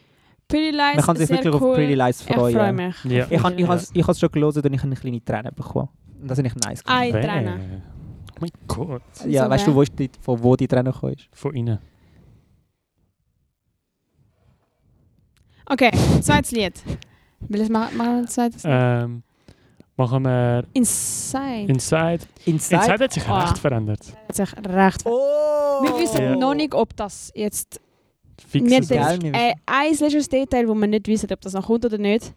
Speaker 5: Pretty Lies,
Speaker 3: kann sich
Speaker 5: sehr
Speaker 3: wirklich
Speaker 5: cool.
Speaker 3: auf Pretty Lies
Speaker 5: Ich freue
Speaker 3: freuen.
Speaker 5: mich.
Speaker 1: Ja.
Speaker 3: Ich habe es ich has schon gelesen und ich habe eine kleine Träne bekommen. Und das habe ich nice
Speaker 5: Ei,
Speaker 1: Bär.
Speaker 5: Tränen.
Speaker 1: Oh mein Gott.
Speaker 3: Ja,
Speaker 5: Ah, So
Speaker 3: weißt du, wo ist die, von wo die Träne gekommen ist?
Speaker 1: Von innen.
Speaker 5: Okay, zweites Lied. Will ich machen, machen wir ein zweites Lied?
Speaker 1: Ähm, machen wir
Speaker 5: Inside.
Speaker 1: Inside.
Speaker 3: Inside.
Speaker 1: Inside hat sich
Speaker 5: Ah.
Speaker 1: recht verändert.
Speaker 5: hat sich recht
Speaker 3: Oh!
Speaker 5: Wir wissen
Speaker 1: Ja.
Speaker 5: noch nicht, ob das jetzt.
Speaker 1: Fix
Speaker 5: Wir
Speaker 1: es aus.
Speaker 3: Gell,
Speaker 5: haben
Speaker 3: wir
Speaker 5: äh, ein letztes Detail, wo wir nicht wissen, ob das noch kommt oder nicht.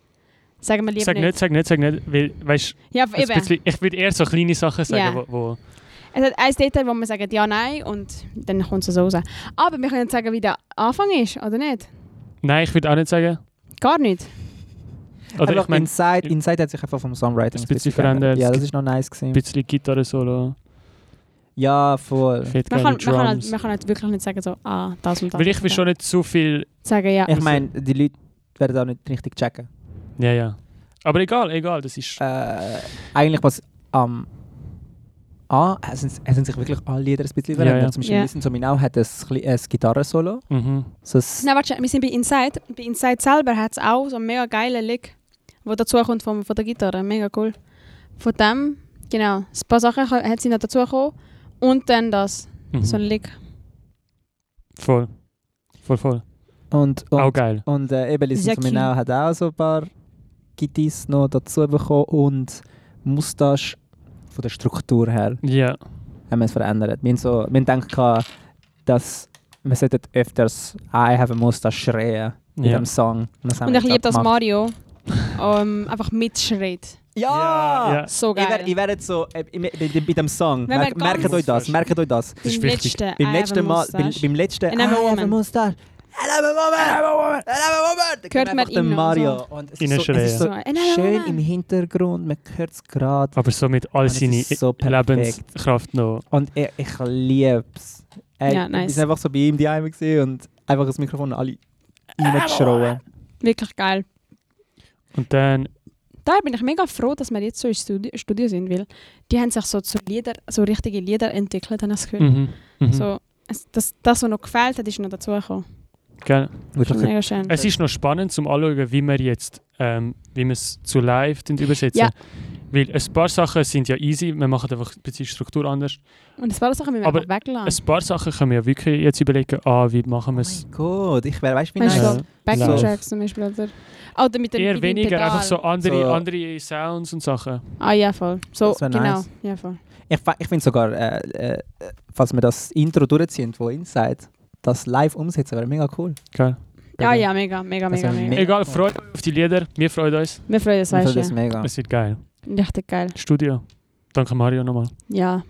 Speaker 5: Sagen wir lieber
Speaker 1: Sag nicht,
Speaker 5: nicht.
Speaker 1: sag nicht, sag nicht, weil, weißt
Speaker 5: Ja,
Speaker 1: ein
Speaker 5: eben.
Speaker 1: bisschen, ich würde eher so kleine Sachen sagen,
Speaker 5: Ja.
Speaker 1: wo, wo
Speaker 5: Es hat ein Detail, wo wir sagen ja, nein und dann kommt es so raus. Aber wir können sagen, wie der Anfang ist, oder nicht?
Speaker 1: Nein, ich würde auch nicht sagen.
Speaker 5: Gar nicht.
Speaker 1: Oder
Speaker 3: einfach
Speaker 1: ich meine,
Speaker 3: Inside, Inside hat sich einfach vom Songwriting
Speaker 1: Ein bisschen verändert.
Speaker 3: Ja, das ist noch nice
Speaker 1: ein
Speaker 3: gewesen.
Speaker 1: bisschen Gitarre-Solo,
Speaker 3: Ja, voll.
Speaker 1: fett geile
Speaker 5: Wir können, wir, können halt,
Speaker 1: Drums.
Speaker 5: wir können halt wirklich nicht sagen, so, ah, das und das.
Speaker 1: Weil ich will
Speaker 5: Ja.
Speaker 1: schon nicht zu viel...
Speaker 5: Sagen, ja.
Speaker 3: Ich meine, die Leute werden auch nicht richtig checken.
Speaker 1: Ja, ja. Aber egal, egal, das ist...
Speaker 3: Äh, eigentlich was am Ah, es sind, es sind sich wirklich alle Lieder ein bisschen verändert.
Speaker 1: ja.
Speaker 3: Zum Beispiel
Speaker 5: Ja.
Speaker 3: Listen to Me Now hat ein, kle- ein Gitarrensolo.
Speaker 1: Mhm.
Speaker 3: So ein,
Speaker 5: Nein, warte, wir sind bei Inside. Bei Inside selber hat es auch so einen mega geilen Lick, der dazukommt von, von der Gitarre. Mega cool. Von dem, genau, ein paar Sachen ka- hat sie noch dazugekommen. Und dann das,
Speaker 1: Mhm.
Speaker 5: so ein Lick.
Speaker 1: Voll. Voll, voll.
Speaker 3: und
Speaker 1: Auch
Speaker 3: und,
Speaker 1: geil.
Speaker 3: und äh, eben Listen
Speaker 5: Sehr
Speaker 3: to Me
Speaker 5: cute.
Speaker 3: Now hat auch so ein paar Gittis noch dazu bekommen. Und Mustache von der Struktur her.
Speaker 1: Ja.
Speaker 3: haben wir es verändert. Wir haben, so, wir haben gedacht, gehabt, dass wir sollten öfters I have a mustache schreien in
Speaker 1: Ja.
Speaker 3: dem Song. Und, das haben
Speaker 5: Und
Speaker 3: wir
Speaker 5: ich liebe,
Speaker 3: jetzt
Speaker 5: dass
Speaker 3: abgemacht.
Speaker 5: Mario ähm, einfach mitschreit.
Speaker 1: Ja,
Speaker 3: Ja!
Speaker 1: ja.
Speaker 5: So
Speaker 3: Ich
Speaker 5: geil.
Speaker 3: wär- Ich werde so, äh, bei, bei, bei dem Song,
Speaker 5: Wenn wir
Speaker 3: merkt,
Speaker 5: ganz-
Speaker 3: merkt euch das, merkt euch das.
Speaker 1: ist
Speaker 5: beim
Speaker 1: wichtig.
Speaker 5: letzten, I
Speaker 3: Beim
Speaker 5: have a
Speaker 3: letzten Mal, beim,
Speaker 5: mustache.
Speaker 3: beim letzten
Speaker 5: And I'm a
Speaker 3: I have a
Speaker 5: woman.
Speaker 3: mustache, Hello, Moment! Hello, Moment! Dann
Speaker 5: Hört
Speaker 3: kommt
Speaker 5: man
Speaker 3: einfach der
Speaker 5: ihn noch
Speaker 3: Mario. Und es ist so, es
Speaker 1: Reinschreien.
Speaker 3: ist so
Speaker 5: So, hello,
Speaker 3: schön
Speaker 5: Moment.
Speaker 3: im Hintergrund, man hört es gerade.
Speaker 1: Aber so mit all
Speaker 3: Und es
Speaker 1: seiner
Speaker 3: ist so perfekt.
Speaker 1: Lebenskraft noch.
Speaker 3: Und ich, ich liebe es. Er
Speaker 5: Ja, nice.
Speaker 3: ist einfach so bei ihm die Heime und einfach das Mikrofon und alle reingeschrien.
Speaker 5: Wirklich geil.
Speaker 1: Und dann,
Speaker 5: Da bin ich mega froh, dass wir jetzt so im Studio, Studio sind, weil die haben sich so zu Lieder, so richtige Lieder entwickelt, habe ich das Gefühl.
Speaker 1: mhm, mhm,
Speaker 5: So, es, das, das, was noch gefällt hat, ist noch dazugekommen.
Speaker 1: gell.
Speaker 5: Mhm.
Speaker 3: Wirklich.
Speaker 5: Mega schön.
Speaker 1: Es ist noch spannend zum Anschauen, wie wir jetzt, ähm, wie wir es zu live tun übersetzen.
Speaker 5: Ja.
Speaker 1: Weil ein paar Sachen sind ja easy, wir machen einfach ein bisschen Struktur anders.
Speaker 5: Und das war Sachen, die wir
Speaker 1: Aber
Speaker 5: einfach weglassen.
Speaker 1: Ein paar Sachen können wir ja wirklich jetzt überlegen, ah, wie machen wir
Speaker 3: Oh
Speaker 1: es.
Speaker 3: mein Gott, ich wäre, weißt du, wie
Speaker 5: Weißt du,
Speaker 3: nice.
Speaker 1: Äh,
Speaker 5: Backing
Speaker 1: live.
Speaker 5: Tracks zum Beispiel, oder? Ah, Oder mit dem
Speaker 1: Eher
Speaker 5: mit dem
Speaker 1: weniger,
Speaker 5: Pedal.
Speaker 1: einfach so andere,
Speaker 3: So-
Speaker 1: andere Sounds und Sachen.
Speaker 5: Ah, ja, voll. So,
Speaker 3: Das wär
Speaker 5: genau.
Speaker 3: nice.
Speaker 5: Ja, voll.
Speaker 3: Ich, fa- ich finde sogar, äh, äh, falls wir das Intro durchziehen, wo Inside das live umsetzen, wäre mega cool.
Speaker 1: Gell?
Speaker 5: Ja, Ah, ja, mega, mega,
Speaker 3: Das
Speaker 5: mega,
Speaker 3: wär
Speaker 5: mega.
Speaker 3: mega.
Speaker 1: Egal, freut euch auf die Lieder, wir freuen uns.
Speaker 5: Wir freuen uns,
Speaker 3: Ich finde
Speaker 5: weißt
Speaker 3: das
Speaker 5: du.
Speaker 3: mega.
Speaker 1: Es wird geil.
Speaker 5: Richtig geil.
Speaker 1: Studio. Danke Mario nochmal.
Speaker 5: Ja.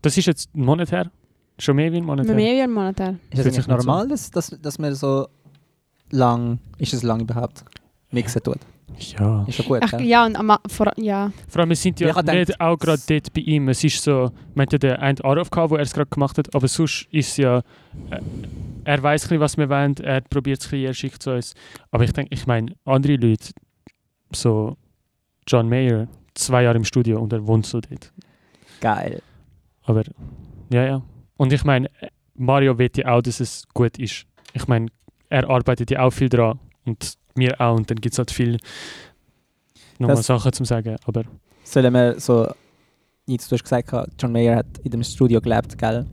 Speaker 1: Das ist jetzt ein Monat her. Schon mehr wie ein Monat
Speaker 5: Mit
Speaker 1: her.
Speaker 5: mehr wie ein Monat her.
Speaker 3: Ist das
Speaker 1: Fühlt sich
Speaker 3: eigentlich
Speaker 1: nicht so.
Speaker 3: normal, dass, dass, dass man so lang, ist es lang überhaupt mixen tut?
Speaker 1: Ja.
Speaker 3: Ist schon gut,
Speaker 5: Ach,
Speaker 3: gell?
Speaker 5: ja, und am, vor, ja.
Speaker 1: Vor allem, wir sind ja
Speaker 3: Ich hab gedacht,
Speaker 1: nicht auch gerade dort bei ihm. Es ist so, wir hatten ja den einen Anruf gehabt, wo er es gerade gemacht hat, aber sonst ist es ja, äh, er weiß ein bisschen, was wir wollen, er probiert es ein bisschen, er schickt es uns. Aber ich denke, ich meine, andere Leute, so John Mayer, zwei Jahre im Studio und er wohnt so dort.
Speaker 3: Geil.
Speaker 1: Aber, ja, ja. Und ich meine, äh, Mario will ja auch, dass es gut ist. Ich meine, er arbeitet ja auch viel dran und mir auch und dann gibt es halt viel nochmal
Speaker 3: Das-
Speaker 1: Sachen zum Sagen, aber...
Speaker 3: Sollen wir so, jetzt du hast gesagt, gehabt, John Mayer hat in dem Studio gelebt, gell?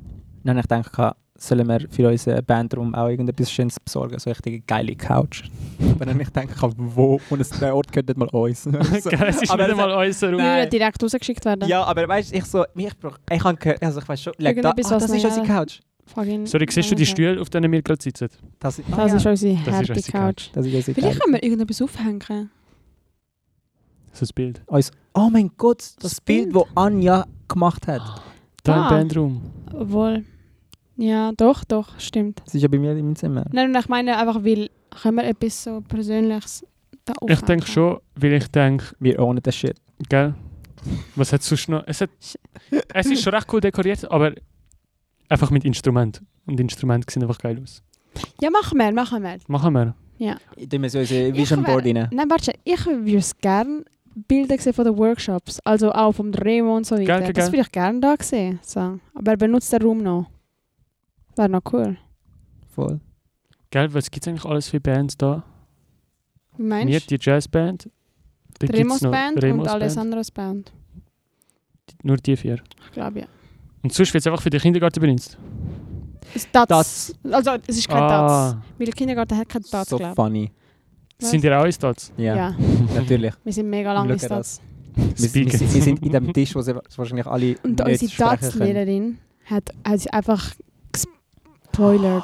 Speaker 3: Dann habe ich gedacht, gehabt, sollen wir für unseren Bandraum auch irgendetwas Schönes besorgen, so eine richtige geile <laughs> Couch. Wenn ich gedacht habe, wo und es, der Ort gehört nicht mal uns. <laughs> <laughs>
Speaker 1: <laughs>
Speaker 3: so.
Speaker 1: Gell, es ist
Speaker 3: Aber
Speaker 1: nicht
Speaker 3: das-
Speaker 1: einmal unser Raum.
Speaker 5: Wir würden direkt rausgeschickt werden.
Speaker 3: Ja, aber weißt du, ich so, ich, brauch, ich habe gehört, also ich weiß schon, leg da, ah,
Speaker 5: Irgendetwas, was
Speaker 3: das ist
Speaker 5: wir
Speaker 3: unsere
Speaker 5: haben.
Speaker 3: Couch.
Speaker 5: Fucking
Speaker 1: Sorry, siehst du die
Speaker 5: Monat.
Speaker 1: Stühle, auf denen wir gerade sitzen?
Speaker 3: Das ist, ah,
Speaker 5: Das
Speaker 3: ja.
Speaker 5: ist unsere
Speaker 1: Das ist
Speaker 5: harte
Speaker 1: unsere
Speaker 5: Couch.
Speaker 3: das ist unsere
Speaker 5: Vielleicht
Speaker 3: Couch.
Speaker 5: können wir irgendetwas aufhängen.
Speaker 1: So ein Bild.
Speaker 3: Uns, oh mein Gott, das,
Speaker 5: Das
Speaker 3: Bild,
Speaker 5: Bild.
Speaker 3: das Anja gemacht hat.
Speaker 1: Da
Speaker 5: Ah.
Speaker 1: im Bandraum.
Speaker 5: Obwohl. Ja, doch, doch, stimmt.
Speaker 3: Das ist ja bei mir im Zimmer.
Speaker 5: Nein, und ich meine einfach, weil können wir etwas so Persönliches da
Speaker 1: Ich
Speaker 5: aufhängen?
Speaker 1: denke schon, weil ich denke,
Speaker 3: Wir ownen das Shit.
Speaker 1: gell, was hat sonst noch? Es, hat, es ist schon recht cool dekoriert, aber einfach mit Instrument. Und Instrumente sehen einfach geil aus.
Speaker 5: Ja, machen wir, machen wir.
Speaker 1: Machen wir.
Speaker 3: Dann müssen wir unsere Vision
Speaker 5: wär-
Speaker 3: Board rein.
Speaker 5: Nein, warte, ich würde gerne Bilder sehen von den Workshops, also auch vom Remo und so weiter.
Speaker 1: Geil, geil,
Speaker 5: das
Speaker 1: geil.
Speaker 5: würde ich gerne da sehen. So. Aber er benutzt den Raum noch. Wäre noch cool.
Speaker 3: Voll.
Speaker 1: Gell, was gibt es eigentlich alles für Bands da?
Speaker 5: Wie
Speaker 1: Wir,
Speaker 5: meinst
Speaker 1: die Jazzband.
Speaker 5: du?
Speaker 1: Dann
Speaker 5: Remos
Speaker 1: gibt's noch
Speaker 5: Band und
Speaker 1: Remos Band.
Speaker 5: Alessandros Band.
Speaker 1: Nur die vier.
Speaker 5: Ich glaube, ja.
Speaker 1: Und sonst wird es einfach für den Kindergarten benutzt.
Speaker 5: Ist Tats.
Speaker 3: Das-
Speaker 5: Also, es ist kein Tats.
Speaker 1: ah,
Speaker 5: Weil der Kindergarten hat keinen Tats,
Speaker 3: so
Speaker 5: glaube
Speaker 3: funny.
Speaker 5: Was?
Speaker 1: sind ihr auch in Stats?
Speaker 5: ich.
Speaker 3: Ja,
Speaker 5: Ja.
Speaker 3: natürlich.
Speaker 5: wir sind mega lange in
Speaker 3: Look at
Speaker 5: Tats.
Speaker 3: Wir, wir, sind- wir sind in dem Tisch, wo sie wa- wahrscheinlich alle
Speaker 5: Und
Speaker 3: nicht
Speaker 5: unsere
Speaker 3: sprechen können.
Speaker 5: Tatslehrerin hat, hat sie einfach gespoilert.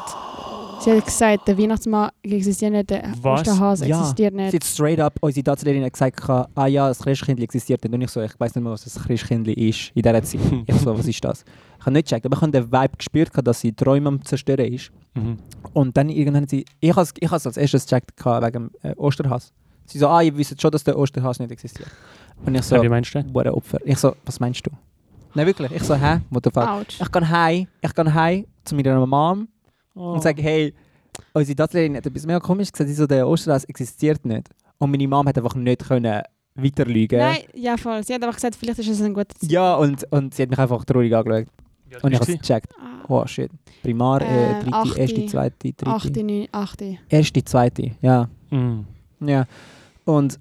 Speaker 5: Sie hat gesagt, der Weihnachtsmann existiert nicht, der
Speaker 1: Was?
Speaker 5: Osterhase
Speaker 3: Ja.
Speaker 5: existiert
Speaker 3: Sie
Speaker 5: nicht.
Speaker 3: hat straight up unsere Tatslehrerin hat gesagt, gehabt, ah ja, das Christkindli existiert nicht. Und ich so, ich weiß nicht mehr, was das Christkindli ist in dieser Zeit. Ich so, was ist das? Ich habe nicht gecheckt, aber ich habe den Vibe gespürt, gehabt, dass sie Träume am Zerstören ist.
Speaker 1: <laughs> Mhm.
Speaker 3: Und dann irgendwann hat sie, ich habe ich has als erstes gecheckt gehabt wegen äh, Osterhass. Sie so, ah, ihr wisst schon, dass der Osterhass nicht existiert. Und ich so,
Speaker 1: Wie meinst du?
Speaker 3: what a Opfer. Ich so, was meinst du? Nein, wirklich. Ich so, hä? What the fuck?
Speaker 5: Autsch.
Speaker 3: Ich gehe heim, ich gehe heim zu meiner Mom
Speaker 1: Oh.
Speaker 5: Ah.
Speaker 3: und sage, hey, unsere Datlehrerin hat etwas mega komisch gesagt, sie so, der Osterhass existiert nicht. Und meine Mom hat einfach nicht können weiterlügen.
Speaker 5: Nein, ja voll. Sie hat einfach gesagt, vielleicht ist es ein gutes
Speaker 3: Ja, und, und sie hat mich einfach traurig angeschaut.
Speaker 1: Oh. Wie alt
Speaker 3: Und ich
Speaker 1: bist
Speaker 3: habe
Speaker 1: du?
Speaker 3: es gecheckt.
Speaker 5: Ah,
Speaker 3: Oh shit. Primar, äh,
Speaker 5: Ähm,
Speaker 3: dritte,
Speaker 5: achte.
Speaker 3: erste, zweite, dritte.
Speaker 5: 8, 9, 8.
Speaker 3: Erste, zweite, ja.
Speaker 1: Mhm.
Speaker 3: Ja. Und,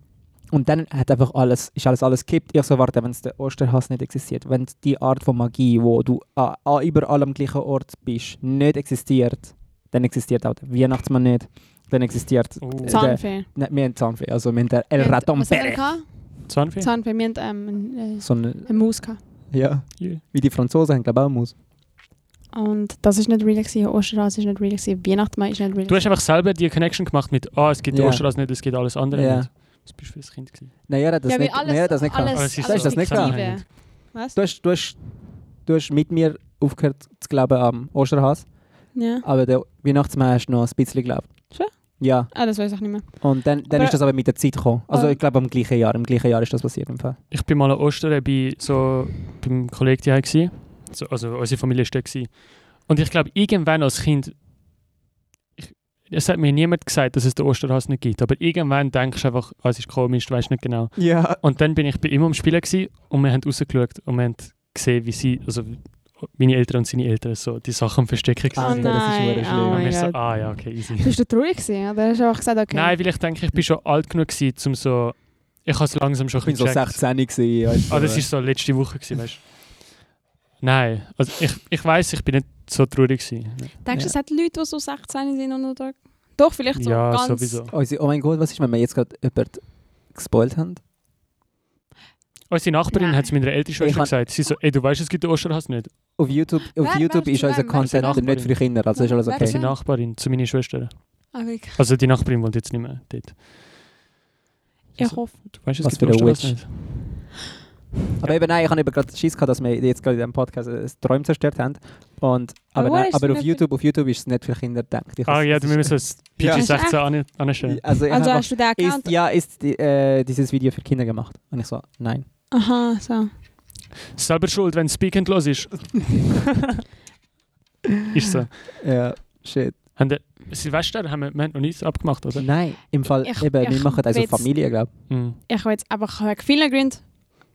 Speaker 3: und dann hat einfach alles, ist alles, alles gekippt. Ich so, warte, wenn es der Osterhass nicht existiert, wenn die Art von Magie, wo du a- a- überall am gleichen Ort bist, nicht existiert, dann existiert auch der Weihnachtsmann nicht. Dann existiert...
Speaker 1: Oh.
Speaker 3: der-
Speaker 5: Zahnfee.
Speaker 3: Nein, wir haben Zahnfee, also wir haben den El Raton
Speaker 5: Was haben wir
Speaker 3: Pere.
Speaker 5: gehabt?
Speaker 1: Zahnfee?
Speaker 5: Zahnfee. Wir haben ähm, eine,
Speaker 3: So eine,
Speaker 5: eine Maus gehabt.
Speaker 3: ja,
Speaker 1: Yeah.
Speaker 3: wie die Franzosen haben, glaube ich, auch Maus.
Speaker 5: Und das ist nicht real gewesen. Osterhase ist nicht real gewesen. Weihnachtsmann ist nicht real
Speaker 1: Du hast einfach selber die Connection gemacht mit, ah, es gibt
Speaker 3: Ja.
Speaker 1: yeah. Osterhass nicht, es gibt alles andere
Speaker 3: Ja.
Speaker 1: nicht. Was bist du für ein Kind gewesen?
Speaker 3: Nein, er hat das
Speaker 5: Ja, weil
Speaker 3: nicht, nein, er hat das nicht gehabt.
Speaker 5: alles,
Speaker 1: Aber es ist
Speaker 5: alles
Speaker 3: so. Das ist das nicht
Speaker 5: fiktive.
Speaker 1: gehabt.
Speaker 5: Was?
Speaker 3: Du hast, du, hast, du hast mit mir aufgehört zu glauben am Osterhass.
Speaker 5: Ja.
Speaker 3: Aber der Weihnachtsmann hast du noch ein bisschen geglaubt.
Speaker 5: Schon?
Speaker 3: Ja,
Speaker 5: Ah, das weiß ich nicht mehr.
Speaker 3: und dann, dann
Speaker 5: Aber-
Speaker 3: ist das aber mit der Zeit gekommen. Also
Speaker 5: Aber-
Speaker 3: ich glaube am gleichen Jahr, im gleichen Jahr ist das passiert im Fall.
Speaker 1: Ich bin mal an Ostern bei so beim Kollegen daheim gsi. So, also unsere Familie war gsi. Und ich glaube, irgendwann als Kind, ich, es hat mir niemand gesagt, dass es den Osterhass nicht gibt, aber irgendwann denkst du einfach, ah, es ist komisch, du weißt nicht genau.
Speaker 3: Ja.
Speaker 1: Und dann bin ich bei ihm am Spielen gsi und wir haben rausgeschaut und wir haben gesehen, wie sie, also meine Eltern und seine Eltern, so die Sachen am verstecken
Speaker 3: Ah,
Speaker 5: Oh
Speaker 1: waren.
Speaker 3: das ist
Speaker 5: nein,
Speaker 3: wirklich schlimm.
Speaker 5: oh
Speaker 1: und wir
Speaker 5: mein
Speaker 1: so,
Speaker 5: Gott.
Speaker 1: ah ja, okay,
Speaker 5: <laughs>
Speaker 1: easy.
Speaker 5: Bist du traurig gewesen? Oder hast du einfach gesagt, okay?
Speaker 1: Nein, weil ich denke, ich bin schon alt genug gsi, um so, ich habe es langsam schon
Speaker 3: Ich bin so
Speaker 1: gecheckt.
Speaker 3: 16 gewesen. weißt du.
Speaker 1: Ah, das war so letzte Woche, gewesen, weißt du? Nein, also ich, ich weiß, ich bin nicht so traurig. Gewesen.
Speaker 5: Denkst du,
Speaker 3: Ja.
Speaker 5: es hat Leute, die so 16 sind und noch da... Doch, vielleicht so
Speaker 1: ja,
Speaker 5: ganz...
Speaker 1: sowieso.
Speaker 3: Unsere- Oh mein Gott, was ist, wenn wir jetzt gerade jemanden gespoilt haben?
Speaker 1: Unsere Nachbarin
Speaker 5: Nein.
Speaker 1: hat es meiner älteren
Speaker 3: Ich
Speaker 1: Schwester
Speaker 3: hab-
Speaker 1: gesagt. Sie so, ey, du weißt, es gibt den Osterhass nicht.
Speaker 3: Auf YouTube, auf
Speaker 4: Wer-
Speaker 3: YouTube
Speaker 4: wer-
Speaker 3: ist
Speaker 4: wer-
Speaker 3: unser
Speaker 4: wer-
Speaker 3: Content
Speaker 1: wer-
Speaker 3: nicht für Kinder, also ist alles
Speaker 4: Wer-
Speaker 1: Unsere
Speaker 3: okay.
Speaker 4: wer-
Speaker 1: Nachbarin, zu meinen Schwestern.
Speaker 5: Ah, wirklich.
Speaker 1: Also die Nachbarin wohnt jetzt nicht mehr dort.
Speaker 5: ich hoffe.
Speaker 1: Du weißt, es
Speaker 3: Was
Speaker 1: gibt den
Speaker 3: für eine
Speaker 1: Osterhass
Speaker 3: Witch.
Speaker 1: nicht.
Speaker 3: Aber eben nein, ich habe eben gerade Schiss gehabt, dass wir jetzt gerade in diesem Podcast äh, das Träum zerstört haben. Und,
Speaker 5: Aber
Speaker 3: aber
Speaker 5: wo
Speaker 3: nein,
Speaker 5: ist
Speaker 3: aber
Speaker 5: es
Speaker 3: auf
Speaker 5: nicht
Speaker 3: YouTube, auf YouTube ist es nicht für Kinder gedacht. Ich
Speaker 1: Ah
Speaker 3: weiß,
Speaker 1: ja,
Speaker 3: es
Speaker 1: du
Speaker 3: ist- <laughs>
Speaker 1: müssen es
Speaker 3: Ja.
Speaker 1: PG-16 an- anstellen.
Speaker 3: Also, ich
Speaker 5: Also
Speaker 3: habe
Speaker 5: hast du den
Speaker 3: einfach,
Speaker 5: Account...
Speaker 3: ist, ja, ist die, äh, dieses Video für Kinder gemacht? Und ich so, nein.
Speaker 5: Aha, so.
Speaker 1: Selber schuld, wenn Speak and los
Speaker 3: <laughs>
Speaker 1: ist. ist so.
Speaker 3: Ja, shit.
Speaker 1: Haben der, Silvester haben wir, wir haben noch nichts abgemacht, oder?
Speaker 3: Nein, im Fall,
Speaker 5: Ich-
Speaker 3: eben, wir
Speaker 5: ich
Speaker 3: machen also
Speaker 5: will's-
Speaker 3: Familie, glaube
Speaker 1: Mhm.
Speaker 5: Ich will jetzt einfach wegen vielen Gründen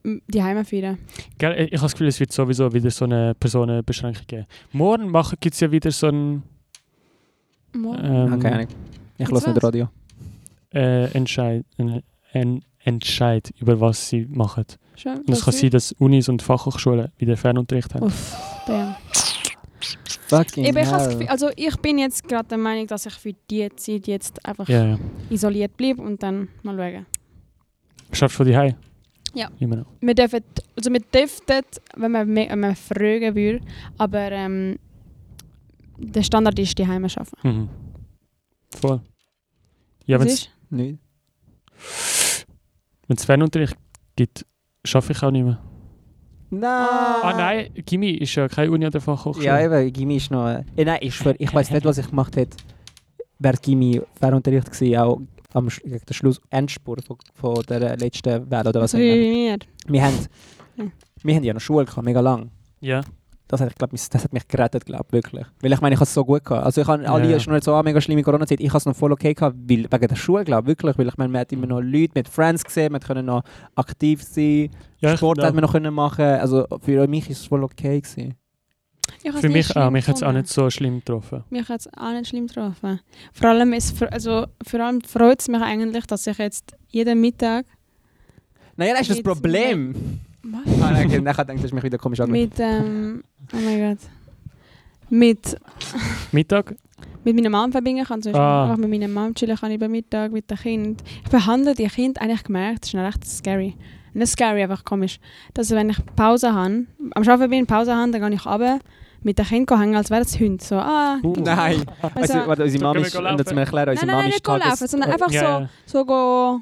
Speaker 5: m, die Heime feiern.
Speaker 1: Gell, ich habe das Gefühl, es wird sowieso wieder so eine Personenbeschränkung geben. Morgen gibt es ja wieder so ein
Speaker 5: Morgen.
Speaker 3: ich.
Speaker 1: ähm,
Speaker 3: Keine Ahnung. Ich
Speaker 5: Jetzt
Speaker 3: höre nicht
Speaker 5: was?
Speaker 3: Radio.
Speaker 1: äh, Entscheid, ein, ein Entscheid, über was sie machen.
Speaker 5: Schon.
Speaker 1: Und es kann sein, dass Unis und Fachhochschulen wieder Fernunterricht haben.
Speaker 5: Uff, damn.
Speaker 3: Fucking
Speaker 5: Eben, ich, habe das
Speaker 3: hell.
Speaker 5: Gefühl, also ich bin jetzt gerade der Meinung, dass ich für die Zeit jetzt einfach
Speaker 1: Ja, ja.
Speaker 5: isoliert bleibe und dann mal schauen.
Speaker 1: Schaffst du von dir
Speaker 5: Ja.
Speaker 1: Immer noch.
Speaker 5: Wir dürfen, also wir dürften, wenn man, me- wenn man fragen würde, aber ähm, der Standard ist, die Heime arbeiten.
Speaker 1: Mhm. Voll. Ja,
Speaker 5: Was
Speaker 1: wenn
Speaker 5: ist?
Speaker 3: Nicht.
Speaker 1: es Fernunterricht gibt, schaffe ich auch nicht mehr.
Speaker 3: Nein!
Speaker 1: Ah, nein, Gimmi ist ja keine Uni an der Fachhochschule.
Speaker 3: Ja, eben, Gimmi ist noch. Äh, nein, ich schwör, ich weiß nicht, was ich gemacht hätte. Wäre Gimmi Fernunterricht gewesen, auch am Sch- gegen den Schluss Endspurt von, von der letzten Welle oder was
Speaker 5: Also
Speaker 3: auch immer.
Speaker 5: Ruiniert.
Speaker 3: Wir haben,
Speaker 5: Hm.
Speaker 3: wir haben ja noch Schule gehabt, mega lang.
Speaker 1: ja.
Speaker 3: Das hat, ich glaub, mis- das hat mich gerettet, glaube wirklich. Weil ich meine, ich habe es so gut gehabt. Also ich habe alle
Speaker 1: Ja, ja.
Speaker 3: schon nicht so ah, mega schlimme Corona-Zeit. Ich habe es noch voll okay gehabt, weil, wegen der Schule, glaube wirklich. Weil ich meine, man hat
Speaker 1: Mhm.
Speaker 3: immer noch Leute mit Friends gesehen, man konnte noch aktiv sein,
Speaker 1: Ja, ich
Speaker 3: Sport
Speaker 1: finde auch.
Speaker 3: hat man noch können machen. Also für mich ist es voll okay gewesen.
Speaker 5: Ich hab's
Speaker 1: Für
Speaker 5: nicht
Speaker 1: mich
Speaker 5: schlimm
Speaker 1: auch. Mich hat es auch
Speaker 5: gefunden.
Speaker 1: nicht so schlimm getroffen.
Speaker 5: Mich hat es auch nicht schlimm getroffen. Vor allem, ist, also, vor allem freut es mich eigentlich, dass ich jetzt jeden Mittag
Speaker 3: Naja, das ist das
Speaker 5: Jetzt mit-
Speaker 3: Problem.
Speaker 5: Was?
Speaker 3: <laughs> Ah, nein, okay, nachher denkt er, ist mich wieder komisch an.
Speaker 5: mit, ähm, oh mein Gott, mit,
Speaker 1: Mittag?
Speaker 5: mit meiner Mom verbinden kann. Zum Beispiel
Speaker 1: Ah.
Speaker 5: einfach mit meiner Mom chillen kann über Mittag mit den Kind. Ich behandle die Kind eigentlich gemerkt, das ist noch recht scary. Nicht scary, einfach komisch. Dass wenn ich Pause habe, am Arbeiten bin, Pause habe, dann gehe ich runter mit den Kind hängen, als wäre es Hund. So, ah,
Speaker 1: Uh.
Speaker 3: Nein. Also,
Speaker 5: also,
Speaker 3: warte, unsere
Speaker 1: So
Speaker 3: Mama
Speaker 1: können
Speaker 3: ist,
Speaker 1: wir
Speaker 3: um das zu
Speaker 1: laufen.
Speaker 3: erklären, unsere
Speaker 5: nein, nein,
Speaker 3: Mama
Speaker 5: nein,
Speaker 3: ist
Speaker 5: nicht gehen laufen, sondern einfach
Speaker 1: Ja,
Speaker 5: so,
Speaker 1: ja.
Speaker 5: so go,